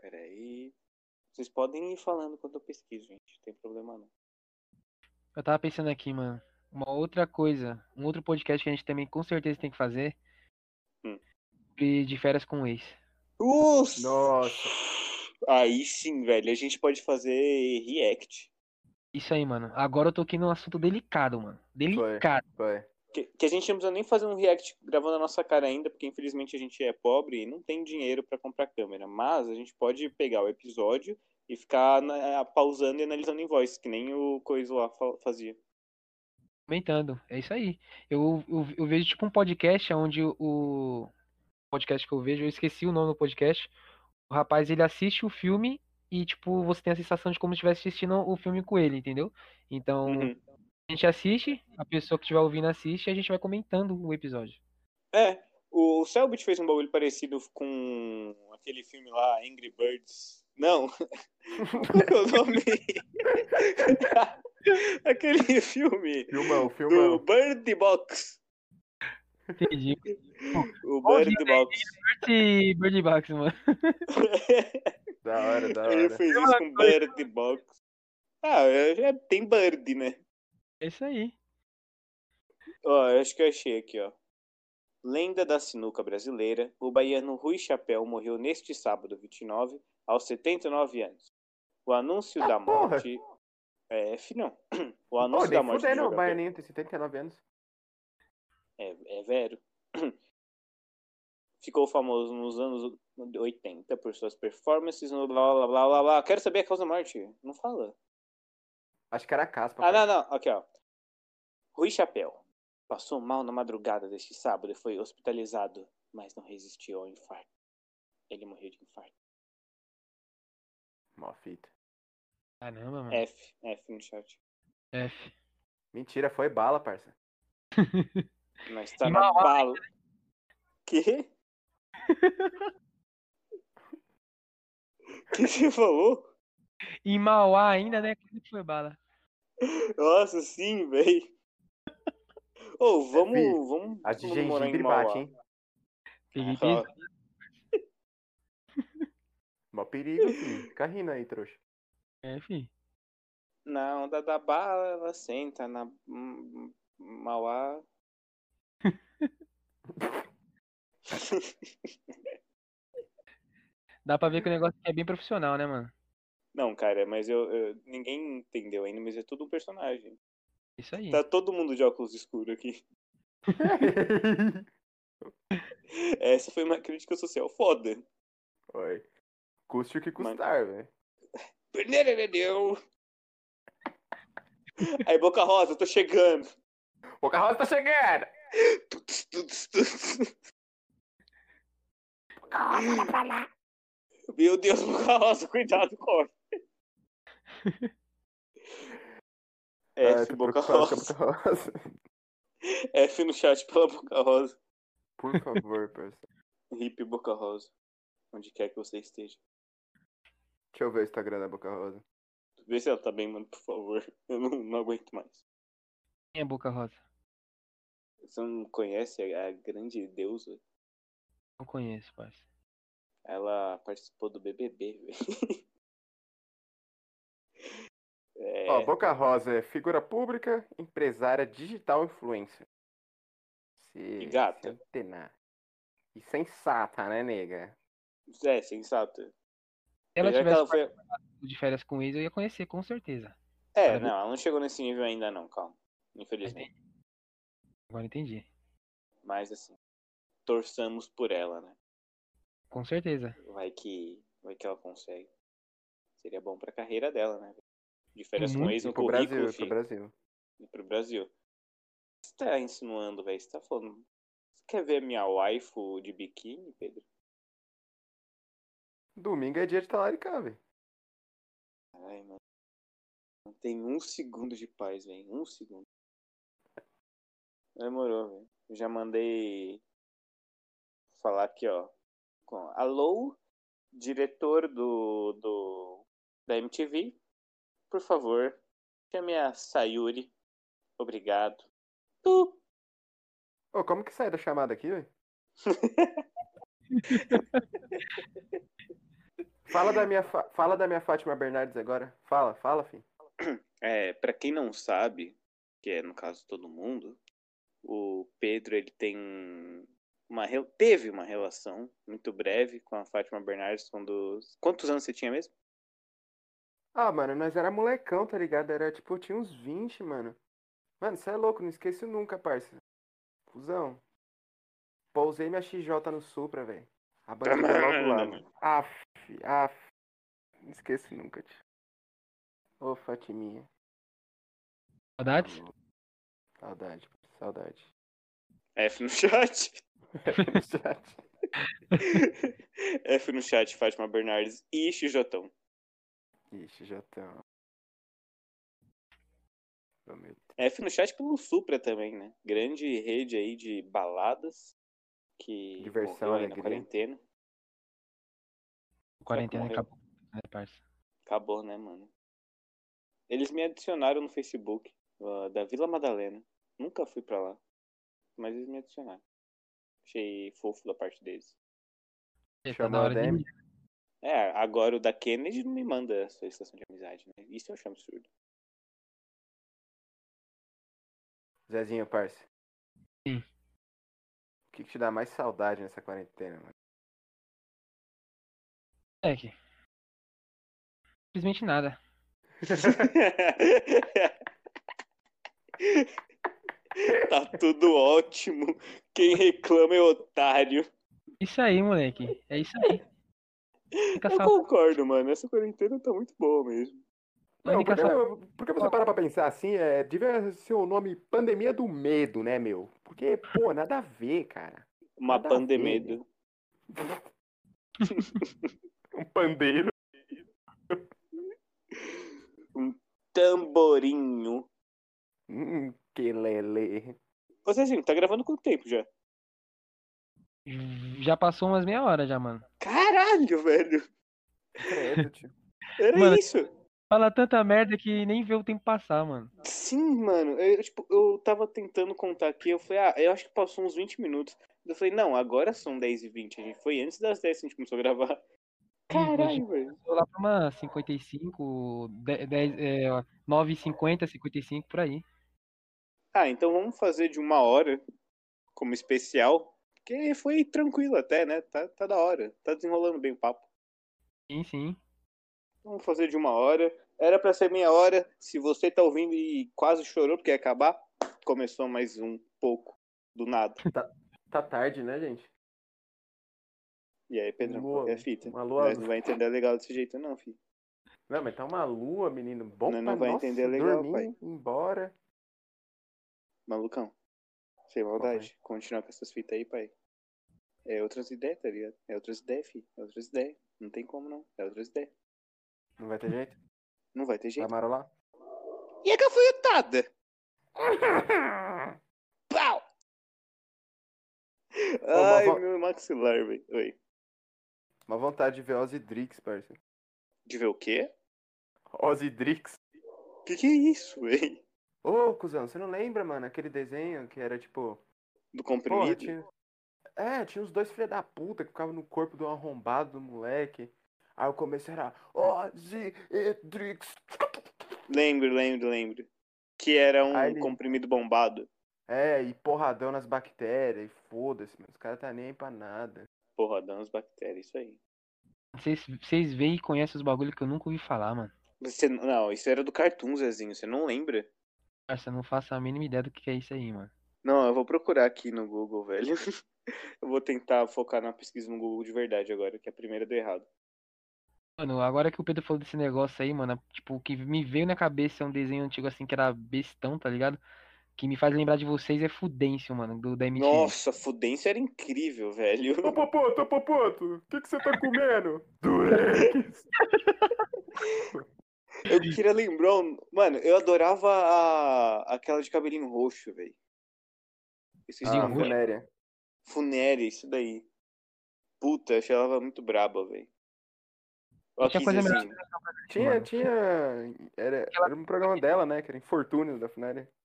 Speaker 2: Peraí. Vocês podem ir falando quando eu pesquiso, gente. Não tem problema não.
Speaker 3: Eu tava pensando aqui, mano. Uma outra coisa, um outro podcast que a gente também com certeza tem que fazer.
Speaker 2: Hum.
Speaker 3: De, de férias com o ex.
Speaker 2: Nossa!
Speaker 1: Nossa.
Speaker 2: Aí sim, velho. A gente pode fazer react.
Speaker 3: Isso aí, mano. Agora eu tô aqui num assunto delicado, mano. Delicado.
Speaker 1: Vai.
Speaker 2: Que, que a gente não precisa nem fazer um react gravando a nossa cara ainda, porque infelizmente a gente é pobre e não tem dinheiro pra comprar câmera. Mas a gente pode pegar o episódio e ficar na- pausando e analisando em voz, que nem o Coiso lá fa- fazia.
Speaker 3: Comentando. É isso aí. Eu, eu, eu vejo tipo um podcast onde o- o podcast que eu vejo, eu esqueci o nome do podcast. O rapaz ele assiste o filme e tipo você tem a sensação de como se estivesse assistindo o filme com ele, entendeu? Então
Speaker 2: Uhum.
Speaker 3: a gente assiste, a pessoa que estiver ouvindo assiste e a gente vai comentando o episódio.
Speaker 2: É, o Selbit fez um bagulho parecido com aquele filme lá, Angry Birds. Não, *laughs* qual que é o nome? aquele filme
Speaker 1: Filmão,
Speaker 2: do
Speaker 1: filmão.
Speaker 2: Bird Box.
Speaker 3: Entendi.
Speaker 2: O
Speaker 3: Bom
Speaker 2: Bird Box.
Speaker 3: Esse Bird Box, mano.
Speaker 1: Da hora, da
Speaker 2: Ele
Speaker 1: hora.
Speaker 2: fez isso com Bird Box. Ah, é- é- tem Bird, né?
Speaker 3: É isso aí.
Speaker 2: Ó, eu acho que eu achei aqui, ó. Lenda da sinuca brasileira, o baiano Rui Chapéu morreu neste sábado 29, aos 79 anos. O anúncio da
Speaker 1: Ah, porra!
Speaker 2: morte. É, F não. *clears throat* O
Speaker 1: Pô,
Speaker 2: anúncio da
Speaker 1: nem
Speaker 2: morte.
Speaker 1: fudendo,
Speaker 2: do
Speaker 1: o
Speaker 2: jogador-
Speaker 1: Baianinho tem 79 anos.
Speaker 2: É, é vero. *clears throat* Ficou famoso nos anos 80 por suas performances no blá blá blá blá blá. Quero saber a causa da morte. Não fala.
Speaker 1: Acho que era a caspa.
Speaker 2: Ah, não, não. Aqui, ó. Rui Chapéu passou mal na madrugada deste sábado e foi hospitalizado. mas não resistiu ao infarto. Ele morreu de infarto.
Speaker 1: Mó fita.
Speaker 3: Caramba,
Speaker 1: Hum.
Speaker 3: mano. É,
Speaker 2: F, F no chat.
Speaker 3: F.
Speaker 1: Mentira, foi bala, parça.
Speaker 2: Nós tá
Speaker 3: E
Speaker 2: na
Speaker 3: Mauá
Speaker 2: bala.
Speaker 1: *laughs*
Speaker 2: Que? que você falou?
Speaker 3: Em Mauá ainda, né? Quase que foi bala.
Speaker 2: Nossa, sim, velho. Ô, vamos,
Speaker 1: Vi,
Speaker 2: vamos,
Speaker 1: A Tá de
Speaker 2: vamos morar em
Speaker 1: gengibre
Speaker 2: Mauá.
Speaker 1: bate, hein?
Speaker 3: Peguei
Speaker 2: Ah,
Speaker 3: peso.
Speaker 1: Mó perigo, filho. Fica rindo aí, trouxa. *laughs*
Speaker 3: É, fi.
Speaker 2: Na onda da bala, ela senta na hum, Mauá.
Speaker 3: Dá pra ver que o negócio aqui é bem profissional, né, mano?
Speaker 2: Não, cara, mas eu, eu- ninguém entendeu ainda, mas é tudo um personagem.
Speaker 3: É Isso aí.
Speaker 2: Tá todo mundo de óculos escuros aqui. *laughs* Essa foi uma crítica social foda.
Speaker 1: Oi. Custe o que
Speaker 2: Mano.
Speaker 1: custar, velho.
Speaker 2: Penereredeu. Aí, Boca Rosa, tô chegando.
Speaker 1: O carro tá chegando!
Speaker 2: Tuts, tuts, tuts. Meu Deus, Boca Rosa, cuidado, corre.
Speaker 1: Ah,
Speaker 2: F,
Speaker 1: tô
Speaker 2: É, Boca
Speaker 1: preocupado com a
Speaker 2: Rosa.
Speaker 1: Boca Rosa.
Speaker 2: F no chat pela Boca Rosa.
Speaker 1: Por favor, parça.
Speaker 2: Hip Boca Rosa. Onde quer que você esteja.
Speaker 1: Deixa eu ver o Instagram da Boca Rosa.
Speaker 2: Vê se ela tá bem, mano, por favor. *laughs* Eu não, não aguento mais.
Speaker 3: Quem é Boca Rosa?
Speaker 2: Você não conhece a a grande deusa?
Speaker 3: Não conheço, parça.
Speaker 2: Ela participou do BBB, velho. *laughs* É,
Speaker 1: Ó, Boca Rosa é figura pública, empresária digital influencer. Se,
Speaker 2: E gata.
Speaker 1: se antenar. E sensata, né, nega?
Speaker 2: é, sensata.
Speaker 3: Se ela
Speaker 2: Apesar que
Speaker 3: tivesse
Speaker 2: ela foi-
Speaker 3: de férias com o ex, eu ia conhecer, com certeza.
Speaker 2: É, não, ela não chegou nesse nível ainda não, calma. Infelizmente.
Speaker 3: Agora entendi.
Speaker 2: Mas assim, torçamos por ela, né?
Speaker 3: Com certeza.
Speaker 2: Vai que, vai que ela consegue. Seria bom pra carreira dela, né? De férias
Speaker 3: Tem
Speaker 2: com
Speaker 3: muito
Speaker 2: ex no
Speaker 1: E pro Brasil,
Speaker 2: currículo,
Speaker 1: e pro
Speaker 2: filho.
Speaker 1: Brasil.
Speaker 2: E pro Brasil. Você tá insinuando, velho? Você tá falando... Você quer ver minha waifu de biquíni, Pedro?
Speaker 1: Domingo é dia de talaricar, velho.
Speaker 2: Ai, mano. Não tem um segundo de paz, velho. Um segundo. Demorou, velho. Eu Já mandei falar aqui, ó. Com... Alô, diretor do, do da MTV. Por favor, chame a Sayuri. Obrigado. Tu.
Speaker 1: Ô, como que sai da chamada aqui, *laughs* velho? fala, da minha Fa- fala da minha Fátima Bernardes agora. Fala, fala, filho.
Speaker 2: É, para quem não sabe, que é no caso todo mundo, o Pedro ele tem uma re- teve uma relação muito breve com a Fátima Bernardes quando quantos anos você tinha mesmo?
Speaker 1: Ah, mano, nós era molecão, tá ligado? Era tipo, eu tinha uns 20, mano. Mano, você é louco, não esqueço nunca, parça. Cusão. Pousei minha XJ no Supra, velho. A bandeira logo lá, mano. Aff, aff. Não esqueço nunca, tio. Ô, Fatiminha.
Speaker 3: Saudades?
Speaker 1: Saudade, saudade.
Speaker 2: F no *laughs* chat.
Speaker 1: Chat.
Speaker 2: F no chat Fátima Bernardes e Xijotão.
Speaker 1: *laughs* Ixi, já tão. Ô, meu
Speaker 2: F no chat pelo Supra também, né? Grande rede aí de baladas que
Speaker 1: Diversão,
Speaker 2: morreu aí na
Speaker 1: alegria.
Speaker 2: quarentena.
Speaker 3: O quarentena
Speaker 2: morreu?
Speaker 3: acabou, né, parça?
Speaker 2: Acabou, né, mano? Eles me adicionaram no Facebook, ah, da Vila Madalena. Nunca fui pra lá. Mas eles me adicionaram. Achei fofo da parte deles.
Speaker 3: É, tá
Speaker 1: Chamou
Speaker 3: na hora
Speaker 1: a
Speaker 3: de
Speaker 1: Demi?
Speaker 3: ir.
Speaker 2: É, agora o da Kennedy não me manda a solicitação de amizade, né? Isso eu acho absurdo. *laughs*
Speaker 1: Zezinho, parça.
Speaker 3: Sim.
Speaker 1: O que, que te dá mais saudade nessa quarentena, mano?
Speaker 3: É que. Simplesmente nada.
Speaker 2: tá tudo ótimo. Quem reclama é otário.
Speaker 3: Isso aí, moleque. É isso aí.
Speaker 1: Tá
Speaker 3: Fica
Speaker 2: Eu
Speaker 3: saudade.
Speaker 2: concordo, mano. Essa quarentena tá muito boa mesmo.
Speaker 3: A
Speaker 1: Não,
Speaker 3: única
Speaker 1: porque,
Speaker 3: saudade-
Speaker 1: porque você para pra pensar assim, é, devia ser o nome Pandemia do Medo, né, meu? Porque, pô, nada a ver, cara.
Speaker 2: Uma
Speaker 1: Nada a ver,
Speaker 2: pandemia.
Speaker 1: Um pandeiro.
Speaker 2: Tamborinho.
Speaker 1: Hum, que lele.
Speaker 2: Você assim, tá gravando quanto tempo já?
Speaker 3: Já passou umas meia hora já, mano.
Speaker 2: Caralho, velho.
Speaker 1: Credo, tio.
Speaker 2: Era
Speaker 3: Mano.
Speaker 2: isso.
Speaker 3: Fala tanta merda que nem vê o tempo passar, mano.
Speaker 2: Sim, mano. Eu, tipo, eu tava tentando contar aqui. Eu falei, ah, eu acho que passou uns 20 minutos. Eu falei, não, agora são 10 e 20. A gente foi antes das 10 que a gente começou a gravar. Caralho, velho.
Speaker 3: Passou lá pra uma 55, 10, 10, é, ó, 9,50, 55 por aí.
Speaker 2: Ah, então vamos fazer de uma hora como especial. Porque foi tranquilo até, né? Tá, tá da hora. Tá desenrolando bem o papo.
Speaker 3: Sim, sim.
Speaker 2: Vamos fazer de uma hora. Era pra ser meia hora. Se você tá ouvindo e quase chorou porque ia acabar, começou mais um pouco do nada.
Speaker 1: Tá tarde, né, gente?
Speaker 2: E aí, Pedrão,
Speaker 1: Lua,
Speaker 2: qual que é a fita?
Speaker 1: Uma lua.
Speaker 2: Mas não vai entender legal desse jeito, não, filho.
Speaker 1: Não, mas tá uma lua, menino. Bom pra
Speaker 2: Não, não vai
Speaker 1: nossa,
Speaker 2: entender legal,
Speaker 1: dormir,
Speaker 2: pai.
Speaker 1: embora.
Speaker 2: Malucão. Sem maldade.
Speaker 1: Papai.
Speaker 2: Continuar com essas fitas aí, pai. É outras ideias, tá ligado? É outras ideias, filho. É outras ideias. Não tem como, não. É outras ideias.
Speaker 1: Não vai ter jeito?
Speaker 2: Não vai ter
Speaker 1: Vai
Speaker 2: jeito.
Speaker 1: marolar?
Speaker 2: E a gafanhotada? Pau! Ai,
Speaker 1: mas vo-
Speaker 2: meu maxilar, velho. Oi.
Speaker 1: Uma vontade de ver Ozzy Drix, parceiro.
Speaker 2: De ver o quê?
Speaker 1: Ozzy Drix.
Speaker 2: Que que é isso, velho?
Speaker 1: Ô, cuzão, você não lembra, mano, aquele desenho que era tipo.
Speaker 2: Do
Speaker 1: Porra,
Speaker 2: comprimido?
Speaker 1: tinha... É, tinha uns dois filha da puta que ficavam no corpo do arrombado do moleque. Aí o começo era Ozzy e Drix.
Speaker 2: Lembro, lembro, lembro. Que era um
Speaker 1: Ai, ele-
Speaker 2: comprimido bombado.
Speaker 1: É, e porradão nas bactérias, e foda-se, mano. Os caras tá nem aí pra nada.
Speaker 2: Porra, dando as bactérias, isso aí.
Speaker 3: Vocês- Vocês veem e conhecem os bagulhos que eu nunca ouvi falar, mano.
Speaker 2: Você não, não, isso era do Cartoon, Zezinho, você não lembra?
Speaker 3: Parça, eu não faço a mínima ideia do que que é isso aí, mano.
Speaker 2: Não, eu vou procurar aqui no Google, velho. *laughs* eu vou tentar focar na pesquisa no Google de verdade agora, que a primeira deu errado.
Speaker 3: Mano, agora que o Pedro falou desse negócio aí, mano, tipo, o que me veio na cabeça é um desenho antigo assim que era bestão, tá ligado? Que me faz lembrar de vocês é Fudêncio, mano, do da MTV.
Speaker 2: Nossa, Fudência era incrível, velho.
Speaker 1: *laughs* Ô popoto, ô popoto, o que que você tá *laughs* comendo? Durex!
Speaker 2: Eu queria lembrar. um- Mano, eu adorava a... aquela de cabelinho roxo, velho. um Esqueci
Speaker 1: Ah,
Speaker 2: o nome. dela.
Speaker 1: Valéria.
Speaker 2: Funéria, isso daí. Puta, eu achei ela muito braba, velho.
Speaker 3: Não tinha coisa é melhor
Speaker 1: Tinha,
Speaker 3: Mano.
Speaker 1: tinha. Era, era um programa dela, né? Que era Infortúnio da Funéria.
Speaker 3: *laughs*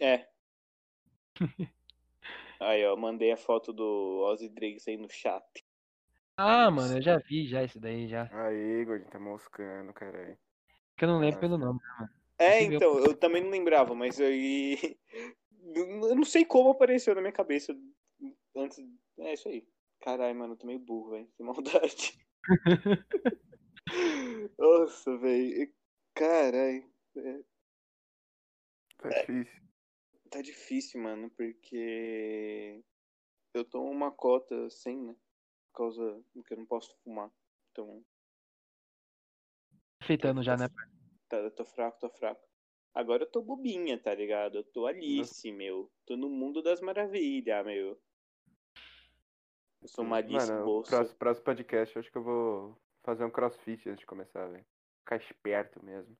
Speaker 2: É. Aí, ó, mandei a foto do Ozzy Driggs aí no chat.
Speaker 3: Ah, mano, eu já vi já isso daí já.
Speaker 1: Aí, gordinho, tá moscando, caralho.
Speaker 3: Que eu não lembro pelo nome.
Speaker 2: É,
Speaker 3: Incrível.
Speaker 2: então, eu também não lembrava, mas aí. *laughs* Eu não sei como apareceu na minha cabeça antes. É isso aí. Caralho, mano, eu tô meio burro, velho. Que *laughs*
Speaker 3: *laughs*
Speaker 2: maldade. Nossa, velho. Caralho.
Speaker 1: Tá difícil.
Speaker 2: Tá difícil, mano, porque. Eu tô uma cota sem, né? Por causa que eu não posso fumar. Então,
Speaker 3: Afetando já, né?
Speaker 2: tá, eu tô fraco, tô fraco. Agora eu tô bobinha, tá ligado? Eu tô Alice, meu. Tô no mundo das maravilhas, meu. Eu sou uma Alice
Speaker 1: Hum, Mano, o
Speaker 2: Bolsa.
Speaker 1: próximo, próximo podcast, eu acho que eu vou fazer um crossfit antes de começar, velho. Ficar esperto mesmo.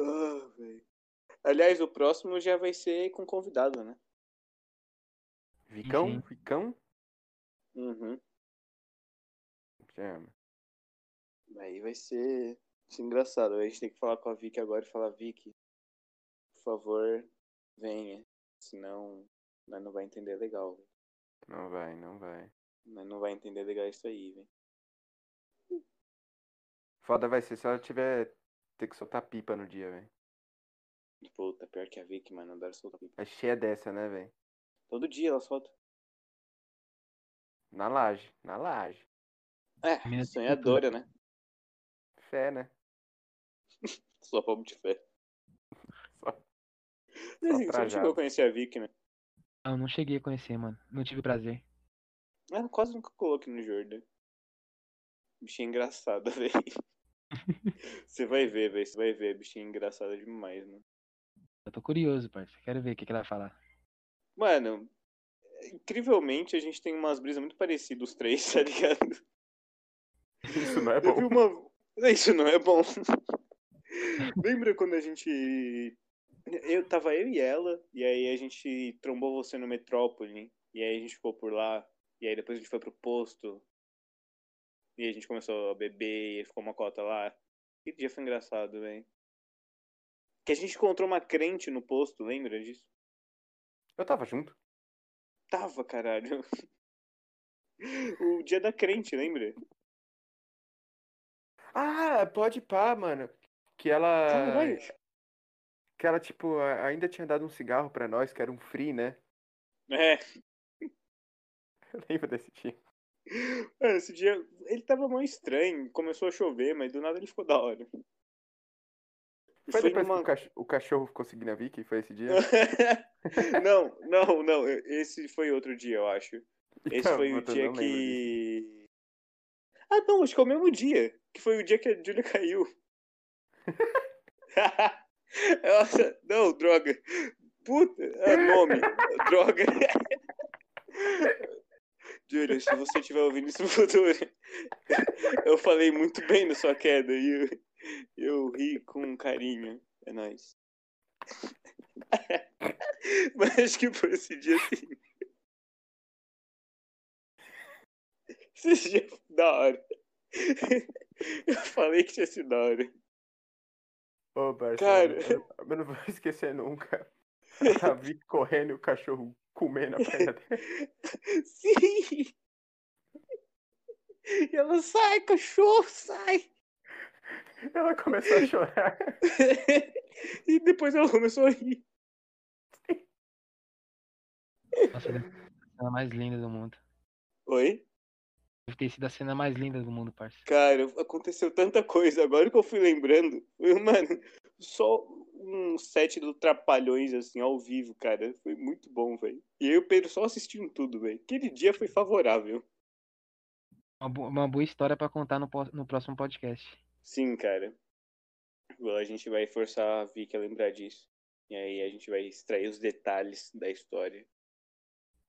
Speaker 2: Ah, velho. Aliás, o próximo já vai ser com convidado, né?
Speaker 1: Vicão?
Speaker 3: sim.
Speaker 1: Vicão?
Speaker 2: Uhum.
Speaker 1: Chama.
Speaker 2: Aí vai ser... vai ser engraçado. A gente tem que falar com a Vicky agora e falar, Vicky, por favor, venha. Senão, nós não vai entender legal, velho.
Speaker 1: Não vai, não vai.
Speaker 2: Nós não vai entender legal isso aí, velho.
Speaker 1: Foda vai ser se ela tiver. Ter que soltar pipa no dia, velho.
Speaker 2: Puta, Tipo, tá pior que a Vicky, mano, adoro soltar pipa.
Speaker 1: É cheia dessa, né, velho?
Speaker 2: Todo dia ela solta.
Speaker 1: Na laje, na laje.
Speaker 2: É,
Speaker 3: Minha
Speaker 2: sonhadora, né?
Speaker 1: Fé, né? *laughs*
Speaker 2: Só pobre de fé.
Speaker 1: Só-
Speaker 2: *laughs* Mas, assim, você não
Speaker 1: trajado.
Speaker 2: chegou a conhecer a Vicky, né?
Speaker 3: Ah, eu não cheguei a conhecer, mano. Não tive prazer.
Speaker 2: Ela quase nunca coloquei no Jordan. Bichinha engraçada, *laughs* velho. Você vai ver, velho. Você vai ver. Bichinha engraçada demais, mano.
Speaker 3: Eu tô curioso, parça. Quero ver o que que ela vai falar.
Speaker 2: Mano, incrivelmente a gente tem umas brisas muito parecidas, os três, *laughs* tá ligado?
Speaker 1: Isso não é
Speaker 2: Eu
Speaker 1: bom.
Speaker 2: vi uma. Isso não é bom. *laughs* Lembra quando a gente. Eu tava eu e ela, e aí a gente trombou você no Metrópole, e aí a gente ficou por lá, e aí depois a gente foi pro posto, e a gente começou a beber, e aí ficou uma cota lá. Que dia foi engraçado, velho. Que a gente encontrou uma crente no posto, lembra disso?
Speaker 1: Eu tava junto.
Speaker 2: Tava, caralho. *laughs* O dia da crente, lembra?
Speaker 1: Ah, pode pá, mano. Que ela.
Speaker 2: Caralho.
Speaker 1: Que ela, tipo, a- ainda tinha dado um cigarro pra nós, que era um free, né? *laughs*
Speaker 2: É.
Speaker 1: Eu lembro desse dia.
Speaker 2: Mano, esse dia ele tava meio estranho, começou a chover, mas do nada ele ficou da hora. E
Speaker 1: Foi depois que
Speaker 2: numa-
Speaker 1: o cachorro, o cachorro ficou seguindo a Vicky? Foi esse
Speaker 2: *laughs*
Speaker 1: dia?
Speaker 2: não, não, não, esse foi outro dia, eu acho. Esse
Speaker 1: Então,
Speaker 2: foi o
Speaker 1: puta, eu
Speaker 2: dia
Speaker 1: não lembro disso.
Speaker 2: que. Ah, não, acho que é o mesmo dia. Que foi o dia que a Julia caiu. *laughs* Nossa, não, droga. Puta, ah, nome, droga. *laughs* Julia, se você estiver ouvindo isso no futuro, *laughs* eu falei muito bem da sua queda e eu, eu ri com carinho. É nóis. *laughs* Mas acho que foi esse dia sim. *laughs* Esse dia foi da hora. Eu falei que tinha sido da hora.
Speaker 1: Ô, Barça,
Speaker 2: Cara.
Speaker 1: eu, não- eu não vou *laughs* esquecer nunca. *laughs* A Vicky correndo e o cachorro comendo a perna dela.
Speaker 2: Sim! E ela sai, cachorro, sai!
Speaker 1: *laughs* Ela começou a chorar.
Speaker 2: E depois ela começou a rir.
Speaker 3: Nossa, deve ter sido a cena mais linda do mundo.
Speaker 2: Oi?
Speaker 3: Deve ter sido a cena mais linda do mundo, parça.
Speaker 2: Cara, aconteceu tanta coisa. Agora que eu fui lembrando, eu, mano, só um set do Trapalhões, assim, ao vivo, cara. Foi muito bom, velho. E eu e o Pedro só assistindo tudo, velho. Aquele dia foi favorável.
Speaker 3: Uma, bo- uma boa história pra contar no, pós- no próximo podcast.
Speaker 2: Sim, cara. Bom, A gente vai forçar a Vicky a lembrar disso. E aí a gente vai extrair os detalhes da história.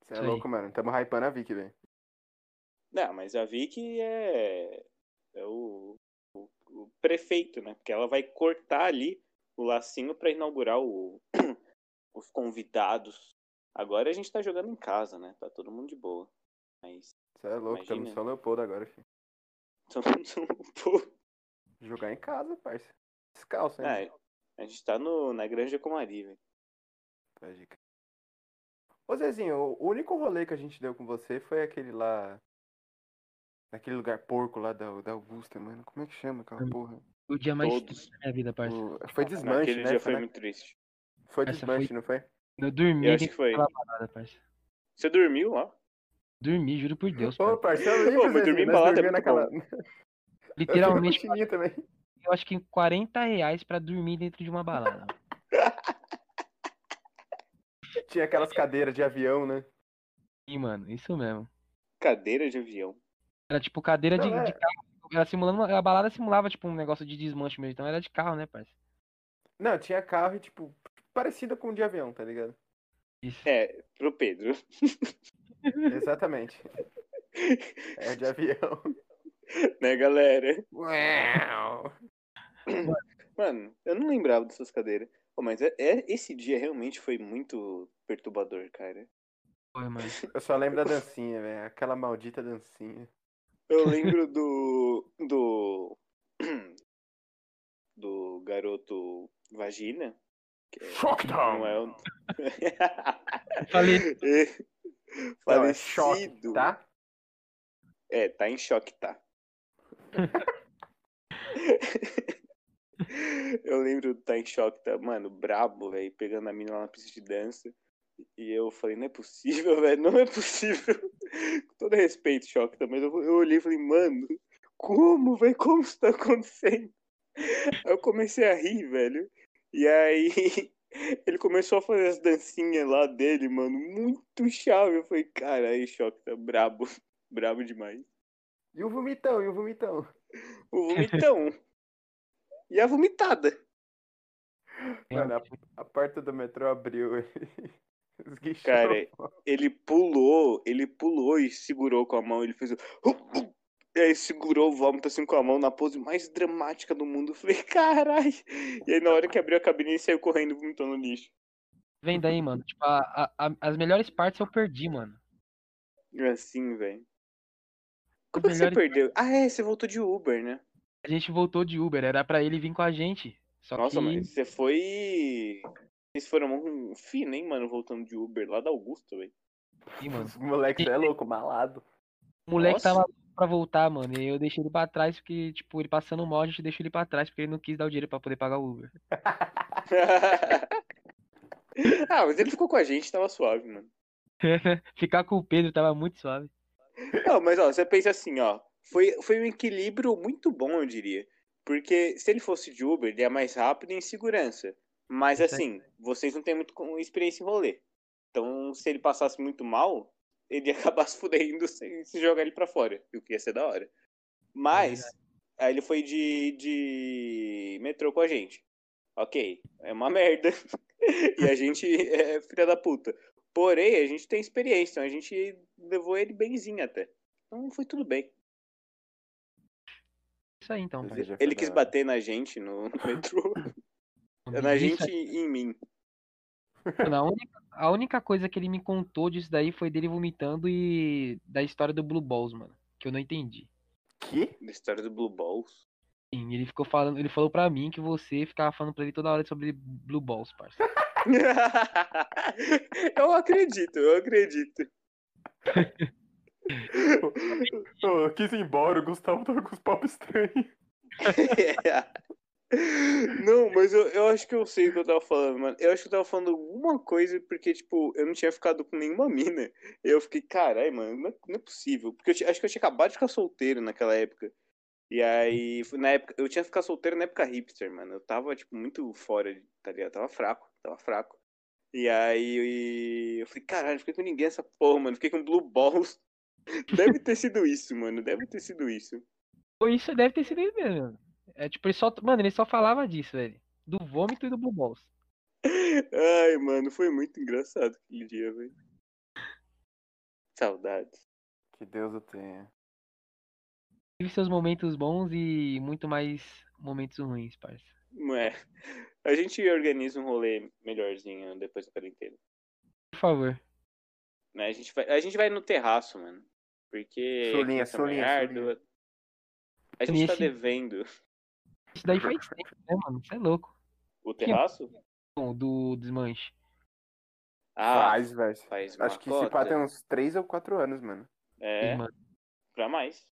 Speaker 1: Você é
Speaker 3: Isso aí.
Speaker 1: louco, mano. Tamo hypando a Vicky, velho.
Speaker 2: Não, mas a Vicky é, é o, o- o prefeito, né? Porque ela vai cortar ali o lacinho pra inaugurar o- *clears throat* os convidados. Agora a gente tá jogando em casa, né? Tá todo mundo de boa. Mas *laughs*
Speaker 1: Você é louco, tamo
Speaker 2: Imagina.
Speaker 1: em São Leopoldo agora, filho.
Speaker 2: todo mundo pouco.
Speaker 1: Jogar em casa, parça. Descalço, hein?
Speaker 2: Ah, a gente tá no, na Granja Comari, velho.
Speaker 1: Tá, dica. Ô Zezinho, o único rolê que a gente deu com você foi aquele lá. Naquele lugar porco lá da, da Augusta, mano. Como é que chama aquela
Speaker 3: Hum.
Speaker 1: porra?
Speaker 3: O dia mais
Speaker 2: Todos. Hum.
Speaker 3: triste da minha vida, parça.
Speaker 1: O- Foi desmanche,
Speaker 2: Aquele
Speaker 1: né? Foi,
Speaker 2: dia foi
Speaker 1: na-
Speaker 2: muito triste.
Speaker 1: foi
Speaker 3: Essa
Speaker 1: desmanche,
Speaker 3: foi-
Speaker 1: não foi?
Speaker 3: Eu dormi
Speaker 2: Eu acho que
Speaker 3: dentro
Speaker 2: foi.
Speaker 1: tá
Speaker 3: daquela parada, parça.
Speaker 2: Você dormiu lá?
Speaker 3: Dormi, juro por Deus,
Speaker 1: Ô,
Speaker 3: parça.
Speaker 1: parceiro,
Speaker 2: Pô, mas dormir em balada é muito
Speaker 1: *laughs*
Speaker 3: Literalmente,
Speaker 1: Eu também.
Speaker 2: assim.
Speaker 3: eu acho que 40 reais pra dormir dentro de uma balada.
Speaker 1: Tinha aquelas cadeiras de avião, né?
Speaker 3: Sim, mano, isso mesmo.
Speaker 2: Cadeira de avião.
Speaker 3: Era tipo cadeira de,
Speaker 1: Não, é.
Speaker 3: de carro. Era simulando uma- a balada simulava tipo um negócio de desmanche mesmo. Então era de carro, né, parça?
Speaker 1: Não, tinha carro e, tipo, parecida com o de avião, tá ligado?
Speaker 3: Isso.
Speaker 2: É, pro Pedro. *laughs*
Speaker 1: Exatamente. É de avião.
Speaker 2: Né, galera?
Speaker 1: Uau!
Speaker 2: Mano, eu não lembrava dessas cadeiras. Pô, mas é, é- esse dia realmente foi muito perturbador, cara.
Speaker 3: Foi, mano.
Speaker 2: *laughs*
Speaker 1: Eu só lembro da dancinha, velho. Aquela maldita dancinha.
Speaker 2: Eu
Speaker 1: *laughs*
Speaker 2: lembro do. do. *clears throat* do garoto Vagina. Que é- não é o. *laughs*
Speaker 3: Falei,
Speaker 1: Não, é
Speaker 2: Falecido.
Speaker 1: choque, tá?
Speaker 2: É, tá em choque, tá. eu lembro do tá em choque, tá, mano, brabo, velho, pegando a mina lá na pista de dança. E eu falei, não é possível, *laughs* velho, não é possível. Com todo respeito, choque, tá, mas eu, eu olhei e falei, mano, como, velho, como isso tá acontecendo? Aí eu comecei a rir, velho. E aí *laughs* ele começou a fazer as dancinhas lá dele, mano, muito chave. Eu falei, cara, aí choque, tá brabo, brabo demais.
Speaker 1: E o vomitão, e o vomitão.
Speaker 2: O vomitão. e a vomitada.
Speaker 1: É. *laughs* Mano, a, a porta do metrô abriu. Esguichou.
Speaker 2: Cara, é- ele pulou, ele pulou e segurou com a mão, ele fez o. E aí segurou o vômito assim com a mão na pose mais dramática do mundo. Eu falei, caralho! E aí na hora que abriu a cabine, ele saiu correndo e vomitou no lixo.
Speaker 3: Vem daí, mano. Tipo, a- a- a- as melhores partes eu perdi, mano.
Speaker 2: E assim, velho.
Speaker 3: As
Speaker 2: Como é que você
Speaker 3: melhores-
Speaker 2: perdeu? Ah, é, você voltou de Uber, né?
Speaker 3: A gente voltou de Uber, era pra ele vir com a gente. Só
Speaker 2: Nossa,
Speaker 3: que...
Speaker 2: mas você foi. Vocês foram um fino, hein, mano, voltando de Uber lá da Augusta, velho.
Speaker 3: Ih, mano.
Speaker 1: Os moleques é louco, malado.
Speaker 3: O moleque
Speaker 2: Nossa.
Speaker 3: tava louco pra voltar, mano. E eu deixei ele pra trás, porque, tipo, ele passando mal, a gente deixou ele pra trás, porque ele não quis dar o dinheiro pra poder pagar o Uber. *laughs*
Speaker 2: *laughs* ah, mas ele ficou com a gente, tava suave, mano.
Speaker 3: Ficar com o Pedro tava muito suave.
Speaker 2: Não, mas ó, você pensa assim, ó. Foi, foi um equilíbrio muito bom, eu diria. Porque se ele fosse de Uber, ele é mais rápido e em segurança. Mas
Speaker 3: Isso aí.
Speaker 2: assim, vocês não têm muito com- experiência em rolê. Então, se ele passasse muito mal, ele *laughs* ia acabar se fudendo se, se jogar ele pra fora. O que ia ser da hora. Mas, aí ele foi de, de metrô com a gente. Ok, é uma merda. *laughs* e a *laughs* gente é filha da puta. Porém, a gente tem experiência, então a gente levou ele benzinho até. Então foi tudo bem.
Speaker 3: Isso aí, então, pai.
Speaker 1: Você já foi
Speaker 2: Ele
Speaker 1: da
Speaker 2: quis
Speaker 1: hora.
Speaker 2: bater na gente no, no *laughs* metrô. na
Speaker 3: Isso
Speaker 2: gente e em mim.
Speaker 3: Mano, a única, a única coisa que ele me contou disso daí foi dele vomitando e da história do Blue Balls, mano. Que eu não entendi.
Speaker 1: Que?
Speaker 2: Da história do Blue Balls.
Speaker 3: Sim, ele ficou falando, ele falou pra mim que você ficava falando pra ele toda hora sobre Blue Balls, parça.
Speaker 2: *laughs* eu acredito, eu acredito.
Speaker 1: Ô, eu quis ir embora, o Gustavo tava com os papos estranhos.
Speaker 2: *laughs* Não, mas eu, eu acho que eu sei o que eu tava falando, mano. Eu acho que eu tava falando alguma coisa porque, tipo, eu não tinha ficado com nenhuma mina. Eu fiquei, caralho, mano, não é, não é possível. Porque eu ti- acho que eu tinha acabado de ficar solteiro naquela época. E aí, foi na época, eu tinha ficado solteiro na época hipster, mano. Eu tava, tipo, muito fora, de- tá ligado? Eu tava fraco, tava fraco. E aí, eu falei, caralho, não fiquei com ninguém essa porra, mano. Fiquei com Blue Balls. *laughs* Deve ter sido isso, mano. Deve ter sido isso.
Speaker 3: Ou Isso deve ter sido ele mesmo. mano. É tipo, ele só, mano, ele só falava disso, velho. Do vômito e do Blue Balls.
Speaker 2: Ai, mano, foi muito engraçado aquele dia, velho. Saudades.
Speaker 1: Que Deus o tenha.
Speaker 3: Tive seus momentos bons e muito mais momentos ruins, parça.
Speaker 2: É. A gente organiza um rolê melhorzinho depois da quarentena.
Speaker 3: Por favor.
Speaker 2: Né? A, gente vai, a gente vai no terraço, mano. Porque. aqui
Speaker 1: Solinha,
Speaker 2: em São
Speaker 1: solinha,
Speaker 2: Bernardo,
Speaker 1: solinha.
Speaker 2: A gente tá
Speaker 3: Esse-
Speaker 2: devendo
Speaker 3: Isso daí faz tempo, né, mano? Você é louco.
Speaker 2: o terraço?
Speaker 3: Bom, do desmanche.
Speaker 2: Ah,
Speaker 1: Faz, velho.
Speaker 2: faz uma
Speaker 1: Acho que esse pá
Speaker 2: cota.
Speaker 1: tem um uns 3 ou 4 anos, mano.
Speaker 2: É,
Speaker 3: mano.
Speaker 2: pra mais.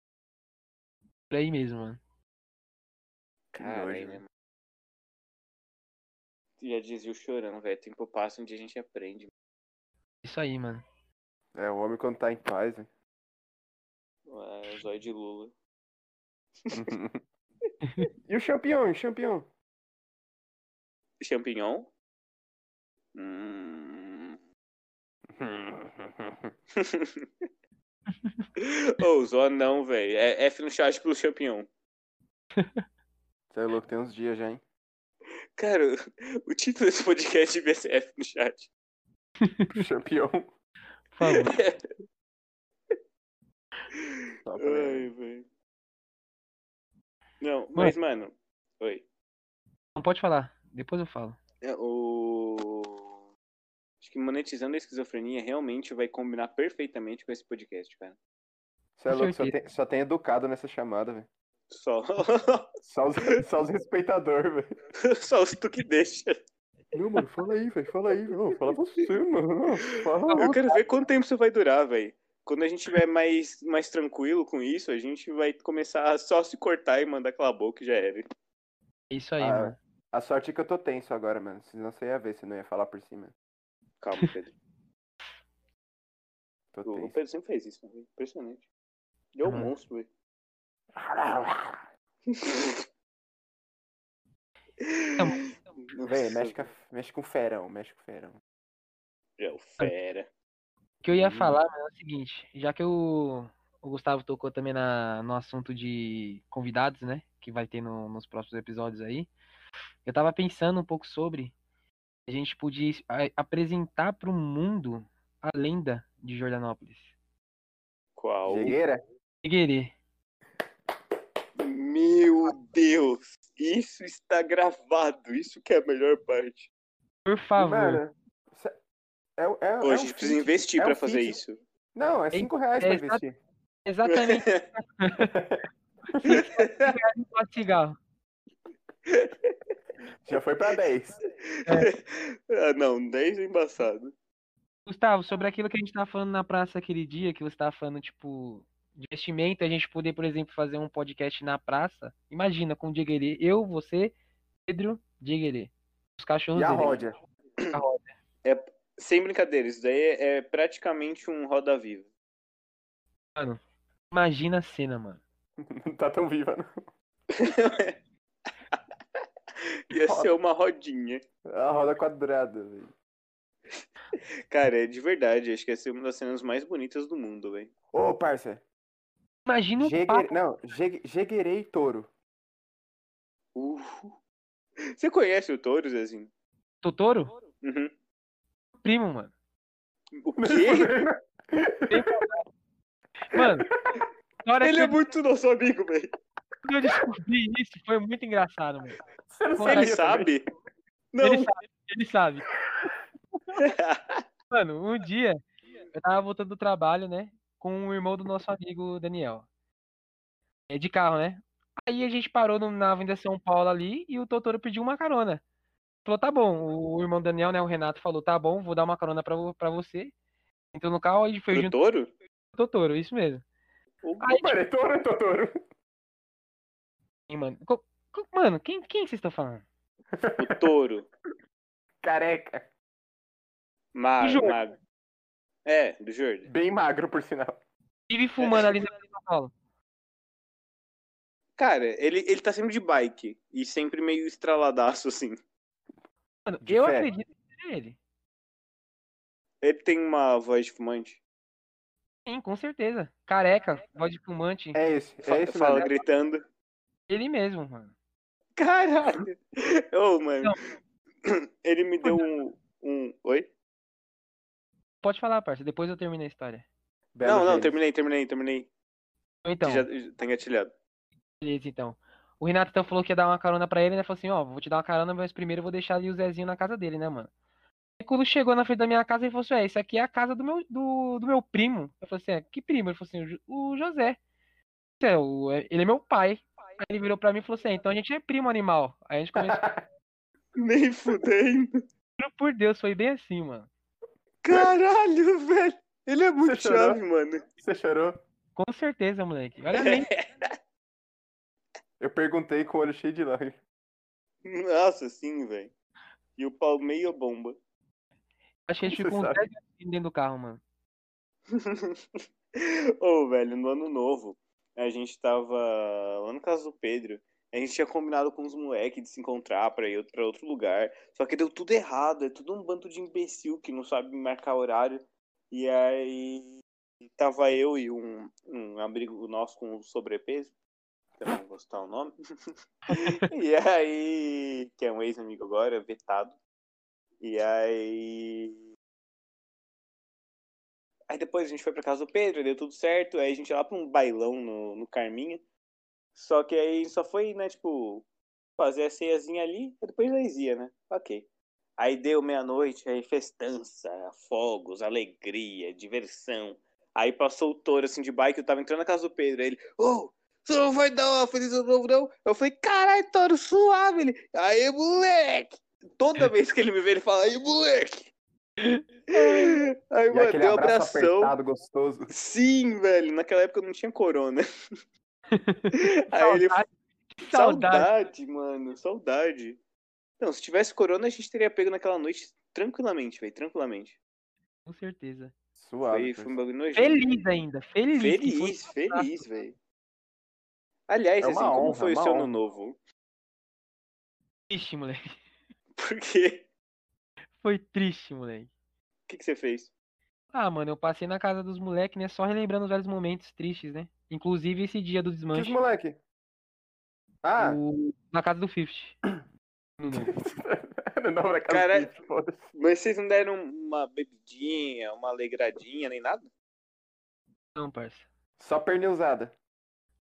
Speaker 3: Por aí mesmo, mano.
Speaker 1: Que
Speaker 2: Cara,
Speaker 1: nojo,
Speaker 2: aí, né,
Speaker 1: mano.
Speaker 2: mano? Já dizia o chorão, velho. Tempo passa, um dia a gente aprende.
Speaker 3: Isso aí, mano.
Speaker 1: É, o homem quando tá em paz,
Speaker 2: *laughs*
Speaker 1: né?
Speaker 2: Ah, Zóio de Lula.
Speaker 1: *laughs* E o champion, o champion?
Speaker 2: Champignon? Hum. *laughs* Ô, só não, velho. É F no chat pelo champignon.
Speaker 1: Você é louco, tem uns dias já, hein?
Speaker 2: Cara, o título desse podcast devia ser F no chat.
Speaker 1: *laughs* champion.
Speaker 3: Por favor.
Speaker 1: Só pra
Speaker 2: Ai, velho. Não, mas, mano. Oi.
Speaker 3: Não pode falar. Depois eu falo.
Speaker 2: É, O. Acho que monetizando a esquizofrenia realmente vai combinar perfeitamente com esse podcast, cara.
Speaker 1: Você é
Speaker 3: Com
Speaker 1: louco, só
Speaker 3: certeza.
Speaker 1: tem, só tem educado nessa chamada, velho.
Speaker 2: Só, *laughs*
Speaker 1: Só
Speaker 3: *laughs*
Speaker 1: os, só os respeitadores, velho.
Speaker 2: só os tu que deixa.
Speaker 1: Não, mano, fala aí, velho. Fala aí, não. Fala você, mano. Fala.
Speaker 2: Eu quero ver quanto tempo isso vai durar, velho. Quando a gente tiver mais, mais tranquilo com isso, a gente vai começar a só se cortar e mandar calar a boca e já era.
Speaker 3: É isso aí,
Speaker 1: Ah,
Speaker 3: mano.
Speaker 1: A sorte é que eu tô tenso agora, mano. Senão você ia ver, você não ia falar por cima. *laughs*
Speaker 2: Calma, Pedro.
Speaker 1: Tô
Speaker 2: O
Speaker 1: tenso.
Speaker 2: Pedro sempre fez isso, velho. Impressionante. Ele é um
Speaker 3: Uhum.
Speaker 2: monstro, velho.
Speaker 1: Véi,
Speaker 2: Nossa,
Speaker 1: mexe, com a- mexe com o ferão, mexe com o ferão.
Speaker 2: é
Speaker 1: *laughs*
Speaker 2: o fera.
Speaker 3: O que eu ia
Speaker 1: Hum.
Speaker 3: falar, mano, é o seguinte, já que o, o Gustavo tocou também na, no assunto de convidados, né? Que vai ter no- nos próximos episódios aí. Eu tava pensando um pouco sobre. a gente podia a- apresentar para o mundo a lenda de Jordanópolis.
Speaker 1: Tá
Speaker 2: Qual?
Speaker 1: Jegueira?
Speaker 3: Figueiredo.
Speaker 2: Meu Deus! Isso está gravado. Isso que é a melhor parte.
Speaker 3: Por favor.
Speaker 1: Mano, isso é- é, o- é, é
Speaker 2: Pô, a
Speaker 1: um
Speaker 2: gente
Speaker 1: feat.
Speaker 2: precisa investir
Speaker 1: é
Speaker 2: pra
Speaker 1: um
Speaker 2: fazer
Speaker 1: feat.
Speaker 2: isso.
Speaker 1: Não, é 5 reais
Speaker 3: é
Speaker 1: pra
Speaker 3: exato-
Speaker 1: investir.
Speaker 3: Exatamente. *laughs* Quatro cigarros.
Speaker 1: Já foi pra 10.
Speaker 2: ah, não, 10 é embaçado.
Speaker 3: Gustavo, sobre aquilo que a gente tava falando na praça aquele dia, que você tava falando, tipo, de vestimenta, a gente poder, por exemplo, fazer um podcast na praça. Imagina, com o Dieguerê, eu, você, Pedro, Dieguerê. Os cachorros
Speaker 1: E a
Speaker 3: dele.
Speaker 1: Roger?
Speaker 2: Sem brincadeira, isso daí é praticamente um Roda Viva.
Speaker 3: Imagina a cena, mano.
Speaker 1: Não *laughs* tá tão viva, não.
Speaker 2: Ia ser uma rodinha.
Speaker 1: A roda quadrada, velho.
Speaker 2: Cara, é de verdade, acho que ia ser uma das cenas mais bonitas do mundo, velho.
Speaker 1: Ô, parça.
Speaker 3: Imagina o
Speaker 1: Jegue...
Speaker 3: papo.
Speaker 1: Não, jegue... jegueirei touro.
Speaker 2: Uh. Você conhece o Touro, Zezinho?
Speaker 3: Totoro?
Speaker 2: Uhum.
Speaker 3: Primo, mano.
Speaker 2: O quê?
Speaker 3: Mano, na hora
Speaker 2: Ele
Speaker 3: que
Speaker 2: é
Speaker 3: eu-
Speaker 2: muito nosso amigo, velho.
Speaker 3: quando eu descobri isso, foi muito engraçado, mano.
Speaker 1: Você não
Speaker 3: Pô,
Speaker 2: Ele
Speaker 1: sabia,
Speaker 2: sabe? Não.
Speaker 3: Ele sabe,
Speaker 1: *laughs*
Speaker 3: ele sabe. Mano, um dia eu tava voltando do trabalho, né? Com o irmão do nosso amigo Daniel. É de carro, né? Aí a gente parou no- na Avenida São Paulo ali e o Totoro pediu uma carona. Falou, tá bom. O irmão do Daniel, né? O Renato falou, tá bom, vou dar uma carona pra, vo- pra você. Entrou no carro e foi
Speaker 2: Pro
Speaker 3: junto
Speaker 2: Touro?
Speaker 3: com o Totoro, isso mesmo.
Speaker 2: O-
Speaker 3: Ai.
Speaker 1: Mano, é touro ou é Totoro?
Speaker 3: Ih, Mano, co- co- mano quem, quem vocês estão falando?
Speaker 2: O Touro.
Speaker 1: Careca.
Speaker 2: Ma-
Speaker 3: Do Jordan.
Speaker 2: Mago. É, do Jordan.
Speaker 1: Bem magro, por sinal.
Speaker 3: Vive
Speaker 1: *laughs*
Speaker 3: fumando ali na Avenida São Paulo.
Speaker 2: Cara, ele, ele tá sempre de bike e sempre meio estraladaço, assim.
Speaker 3: Mano,
Speaker 1: De
Speaker 3: eu
Speaker 1: fé.
Speaker 3: acredito que seja ele.
Speaker 2: Ele tem uma voz de fumante.
Speaker 3: Sim, com certeza. Careca, voz de fumante.
Speaker 1: É esse.
Speaker 2: Fa-
Speaker 1: É esse,
Speaker 2: fala
Speaker 3: né?
Speaker 1: mano.
Speaker 2: gritando.
Speaker 3: Ele mesmo, mano.
Speaker 2: Caralho! Ô, mano. Ele me deu um. um... Oi?
Speaker 3: Pode falar, parça. Depois eu termino a história.
Speaker 1: Belo
Speaker 2: não, não,
Speaker 1: gênio.
Speaker 2: terminei, terminei, terminei.
Speaker 3: Então,
Speaker 2: Já, já tá engatilhado.
Speaker 3: beleza, então. O Renato então falou que ia dar uma carona pra ele, né? Falou assim, ó, vou te dar uma carona, mas primeiro eu vou deixar ali o Zezinho na casa dele, né, mano? E quando chegou na frente da minha casa, ele falou assim, é, isso aqui é a casa do meu, do, do meu primo. Eu falei assim, é, que primo? Ele falou assim, o Jo- o José. Eu falei, "É, o- é- Ele é meu pai. Aí ele virou pra mim e falou assim, é, então a gente é primo animal. Aí a gente começou,
Speaker 2: Nem fudendo. *laughs*
Speaker 3: juro por Deus, foi bem assim, mano.
Speaker 2: Caralho, velho. Ele é muito
Speaker 1: Você chorou?
Speaker 2: chave, mano.
Speaker 1: Você chorou?
Speaker 3: Com certeza, moleque. Olha bem.
Speaker 1: Eu perguntei com o olho cheio de lágrimas.
Speaker 2: Nossa, sim, velho. E o pau meio bomba.
Speaker 3: Acho que a gente
Speaker 1: Você
Speaker 3: ficou uns
Speaker 1: sabe.
Speaker 3: 10 dentro do carro, mano.
Speaker 2: Ô, velho, no ano novo, a gente tava lá no caso do Pedro. A gente tinha combinado com os moleques de se encontrar pra ir pra outro lugar. Só que deu tudo errado. É tudo um bando de imbecil que não sabe marcar horário. E aí tava eu e um, um abrigo nosso com sobrepeso. Que eu não vou citar o nome. *laughs* e aí. Que é um ex-amigo agora, vetado. E aí. Aí depois a gente foi pra casa do Pedro, deu tudo certo. Aí a gente ia lá pra um bailão no, no Carminha. Só que aí só foi, né, tipo, fazer a ceiazinha ali, e depois nós ia, né? Ok. Aí deu meia-noite, aí festança, fogos, alegria, diversão. Aí passou o touro assim de bike, eu tava entrando na casa do Pedro. Aí ele, ô, você não vai dar uma feliz ano novo, não? Eu falei, caralho, touro, suave. Ele, aê, moleque! Toda vez que ele me vê, ele fala,
Speaker 1: *laughs*
Speaker 2: aê, moleque! Aí,
Speaker 1: E
Speaker 2: mano,
Speaker 1: aquele
Speaker 2: deu um
Speaker 1: abraço
Speaker 2: abração.
Speaker 1: apertado, gostoso.
Speaker 2: Sim, velho. Naquela época eu não
Speaker 1: *laughs*
Speaker 2: tinha corona. Aí ele.
Speaker 3: Saudade,
Speaker 2: Saudade,
Speaker 3: saudade.
Speaker 2: mano. Saudade. Não, se tivesse corona, a gente teria pego naquela noite tranquilamente, velho. Tranquilamente.
Speaker 3: Com certeza.
Speaker 1: Suave. né?
Speaker 2: foi, foi um
Speaker 1: parça.
Speaker 2: bagulho nojento.
Speaker 3: Feliz ainda, feliz. que foi
Speaker 2: Feliz, feliz, velho. Aliás,
Speaker 1: É uma
Speaker 2: assim, como
Speaker 1: honra,
Speaker 2: foi o
Speaker 1: uma
Speaker 2: seu ano
Speaker 1: honra.
Speaker 2: novo? *laughs*
Speaker 3: triste, moleque. *laughs*
Speaker 2: Porque.
Speaker 3: Foi triste, moleque.
Speaker 2: O que, que você fez?
Speaker 3: Ah, mano, eu passei na casa dos moleques, né? Só relembrando os velhos momentos tristes, né? Inclusive esse dia do
Speaker 1: Diz,
Speaker 3: desmanche.
Speaker 1: moleque. Ah, *laughs*
Speaker 2: *coughs*
Speaker 3: o- Na casa do Fifth. No novo.
Speaker 1: o nome da casa
Speaker 2: Cara-
Speaker 1: de pizza, *laughs* foda-se.
Speaker 2: Mas vocês não deram uma bebidinha, uma alegradinha, nem nada?
Speaker 3: Não, parça.
Speaker 1: Só pernil usada.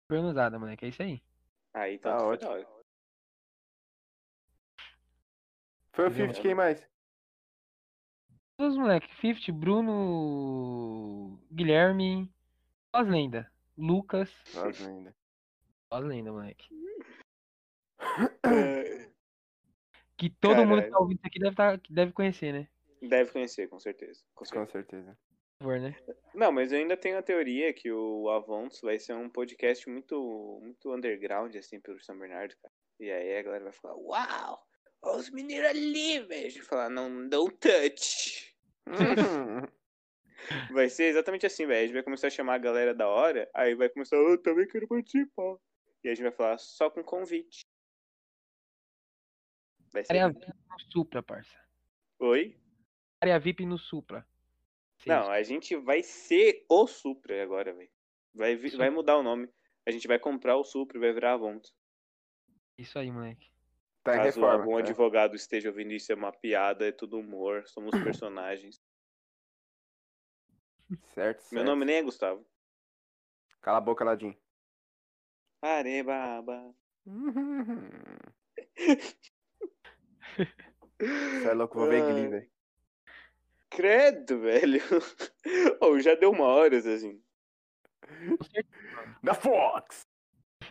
Speaker 3: Pernuzada, moleque. É isso aí.
Speaker 2: Aí então
Speaker 1: Tá
Speaker 2: foi
Speaker 1: ótimo.
Speaker 2: da hora.
Speaker 1: Foi o
Speaker 3: Entendeu?
Speaker 1: 50, quem mais?
Speaker 3: Todos os moleque. 50, Bruno, Guilherme, só as lendas. Lucas,
Speaker 1: Nossa, ainda.
Speaker 3: só as lendas, moleque.
Speaker 2: *coughs* É,
Speaker 3: Que todo mundo que
Speaker 2: Caralho.
Speaker 3: tá ouvindo isso aqui deve, tá, deve conhecer, né?
Speaker 2: Deve conhecer, com certeza. Com certeza.
Speaker 1: Com
Speaker 2: *laughs*
Speaker 1: certeza.
Speaker 3: Por favor, né?
Speaker 2: Não, mas eu ainda tenho a teoria que o Avons vai ser um podcast muito, muito underground, assim, pelo São Bernardo, cara. E aí a galera vai falar, uau, olha os meninos ali, velho. E falar, não, don't touch. Vai ser exatamente assim, velho. A gente vai começar a chamar a galera da hora, aí vai começar, eu também quero participar. E a gente vai falar só com convite. Vai ser.
Speaker 3: Área VIP no Supra, parça.
Speaker 2: Oi?
Speaker 3: Área VIP no Supra. Sim,
Speaker 2: Não, a gente vai ser o Supra agora, velho. Vai, vi-
Speaker 1: *laughs*
Speaker 2: vai mudar o nome. A gente vai comprar o Supra e vai virar Avons.
Speaker 3: Isso aí, moleque.
Speaker 1: Tá em
Speaker 2: Caso
Speaker 1: reforma.
Speaker 2: algum
Speaker 1: tá?
Speaker 2: advogado esteja ouvindo isso, é uma piada, é tudo humor,
Speaker 1: *clears throat*
Speaker 2: somos personagens.
Speaker 1: Certo, certo.
Speaker 2: Meu nome nem é Gustavo.
Speaker 1: Cala a boca, Ladinho.
Speaker 2: Arebaba.
Speaker 1: Você é louco, vou ver
Speaker 2: Ai.
Speaker 1: Glee, velho.
Speaker 2: Credo, *laughs* velho. oh, já deu uma hora, assim.
Speaker 3: Com certeza.
Speaker 1: Da Fox!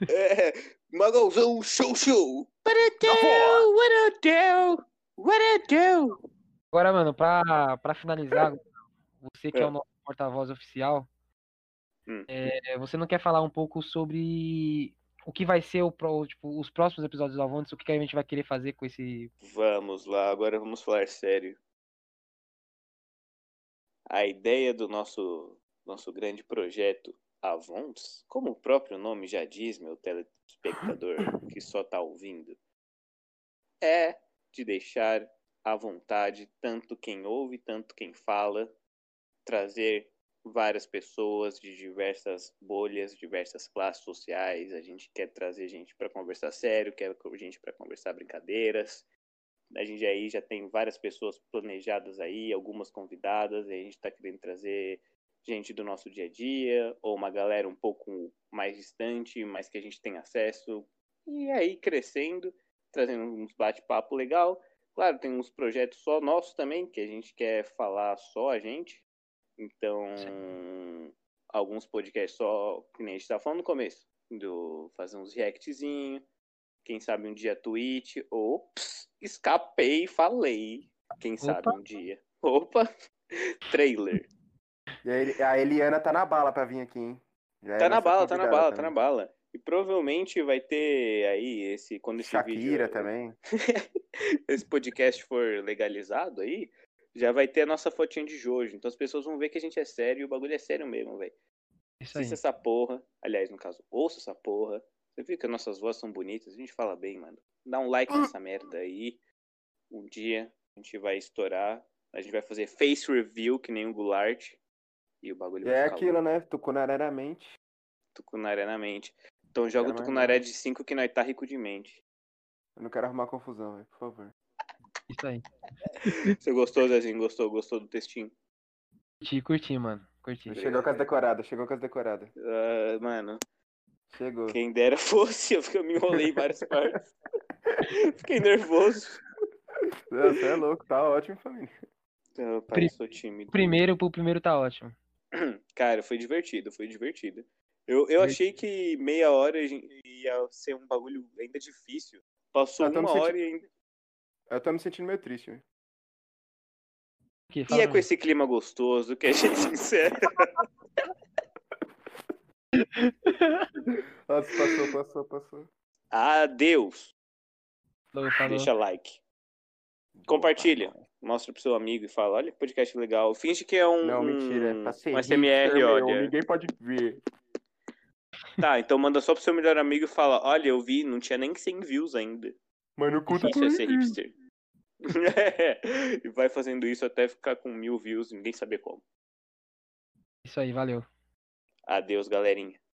Speaker 2: É, Magalzão Show Show. What a
Speaker 1: Da Fox!
Speaker 2: what a deal, what a deal.
Speaker 3: Agora, mano, pra, pra finalizar, você que é,
Speaker 2: É.
Speaker 3: o nosso porta-voz oficial,
Speaker 2: Hum.
Speaker 3: é, você não quer falar um pouco sobre o que vai ser o, pro- tipo, os próximos episódios do Avontes, o que que a gente vai querer fazer com esse.
Speaker 2: Vamos lá, agora vamos falar sério. A ideia do nosso, nosso grande projeto Avons, como o próprio nome já diz, meu telespectador que só tá ouvindo, é de deixar à vontade tanto quem ouve, tanto quem fala, trazer várias pessoas de diversas bolhas, diversas classes sociais. A gente quer trazer gente para conversar sério, quer gente para conversar brincadeiras, a gente aí já tem várias pessoas planejadas aí, algumas convidadas, e a gente tá querendo trazer gente do nosso dia a dia, ou uma galera um pouco mais distante, mas que a gente tem acesso. E aí crescendo, trazendo uns bate-papo legal. Claro, tem uns projetos só nossos também, que a gente quer falar só a gente. Então, alguns podcasts só, que nem a gente tá falando no começo, do fazer uns reactzinhos, quem sabe um dia Twitch. Ops, escapei e falei. Quem sabe um dia. Opa, *laughs* trailer.
Speaker 1: E a Eli- a Eliana tá na bala pra vir aqui, hein? Já é
Speaker 2: Tá na
Speaker 1: nossa
Speaker 2: bala, tá na
Speaker 1: convidada
Speaker 2: bala, tá na
Speaker 1: também.
Speaker 2: bala. E provavelmente vai ter aí esse quando esse
Speaker 1: Shakira tá-
Speaker 2: vídeo,
Speaker 1: também.
Speaker 2: esse podcast for legalizado aí, já vai ter a nossa fotinha de Jojo. Então as pessoas vão ver que a gente é sério e o bagulho é sério mesmo, velho.
Speaker 3: Isso aí.
Speaker 2: Assista essa porra. Aliás, no caso, ouça essa porra. Você viu que nossas vozes são bonitas, a gente fala bem, mano. Dá um
Speaker 1: Hum.
Speaker 2: like nessa merda aí. Um dia a gente vai estourar. A gente vai fazer face review, que nem o Goulart. E o bagulho
Speaker 1: E
Speaker 2: vai
Speaker 1: é
Speaker 2: ficar
Speaker 1: aquilo, né? Tucunararamente.
Speaker 2: tucunaré na mente. Então joga o
Speaker 1: Quero É mais
Speaker 2: tucunaré de 5 que nós tá rico de mente.
Speaker 1: Eu não quero arrumar confusão, velho, por favor.
Speaker 3: Isso aí.
Speaker 2: Você gostou, Zezinho? Gostou? Gostou do textinho?
Speaker 3: Curti, curti, mano. Curti.
Speaker 2: Obrigado.
Speaker 1: Chegou com as decoradas, chegou com as decoradas.
Speaker 2: Ah, mano,
Speaker 1: Chegou.
Speaker 2: quem dera fosse, eu fiquei- eu me enrolei em várias
Speaker 1: *laughs*
Speaker 2: partes. Fiquei nervoso.
Speaker 1: Você é louco, tá ótimo, família.
Speaker 2: Então, Eu, pai,
Speaker 3: Pri-
Speaker 2: sou tímido.
Speaker 3: O primeiro, pro primeiro tá ótimo.
Speaker 2: Cara, foi divertido, foi divertido. Eu, eu
Speaker 3: Divertido.
Speaker 2: achei que meia hora a gente- ia ser um bagulho ainda difícil. Passou
Speaker 1: Ah, tamo
Speaker 2: uma
Speaker 1: senti-
Speaker 2: hora e, ainda-
Speaker 1: Eu tô me sentindo meio triste, velho.
Speaker 3: Aqui,
Speaker 2: e
Speaker 1: tá
Speaker 3: fala
Speaker 2: é
Speaker 3: pra
Speaker 2: com esse clima gostoso que a gente *laughs* é. encerra.
Speaker 1: Nossa, Ah, passou, passou, passou.
Speaker 2: Adeus.
Speaker 3: mim. Falou,
Speaker 1: Tá
Speaker 3: falou.
Speaker 2: Deixa like. Compartilha. Mostra pro seu amigo e fala: olha que podcast legal. Finge que é um.
Speaker 1: Não, mentira.
Speaker 2: um-
Speaker 1: Passei.
Speaker 2: Um SMR, olha.
Speaker 1: Ninguém pode ver.
Speaker 2: Tá, então manda só pro seu melhor amigo e fala: olha, eu vi, não tinha nem 100 views ainda.
Speaker 1: Mano, conta
Speaker 2: Isso é ser hipster. *laughs* É. e vai fazendo isso até ficar com mil views e ninguém saber como.
Speaker 3: Isso aí, valeu.
Speaker 2: Adeus, galerinha.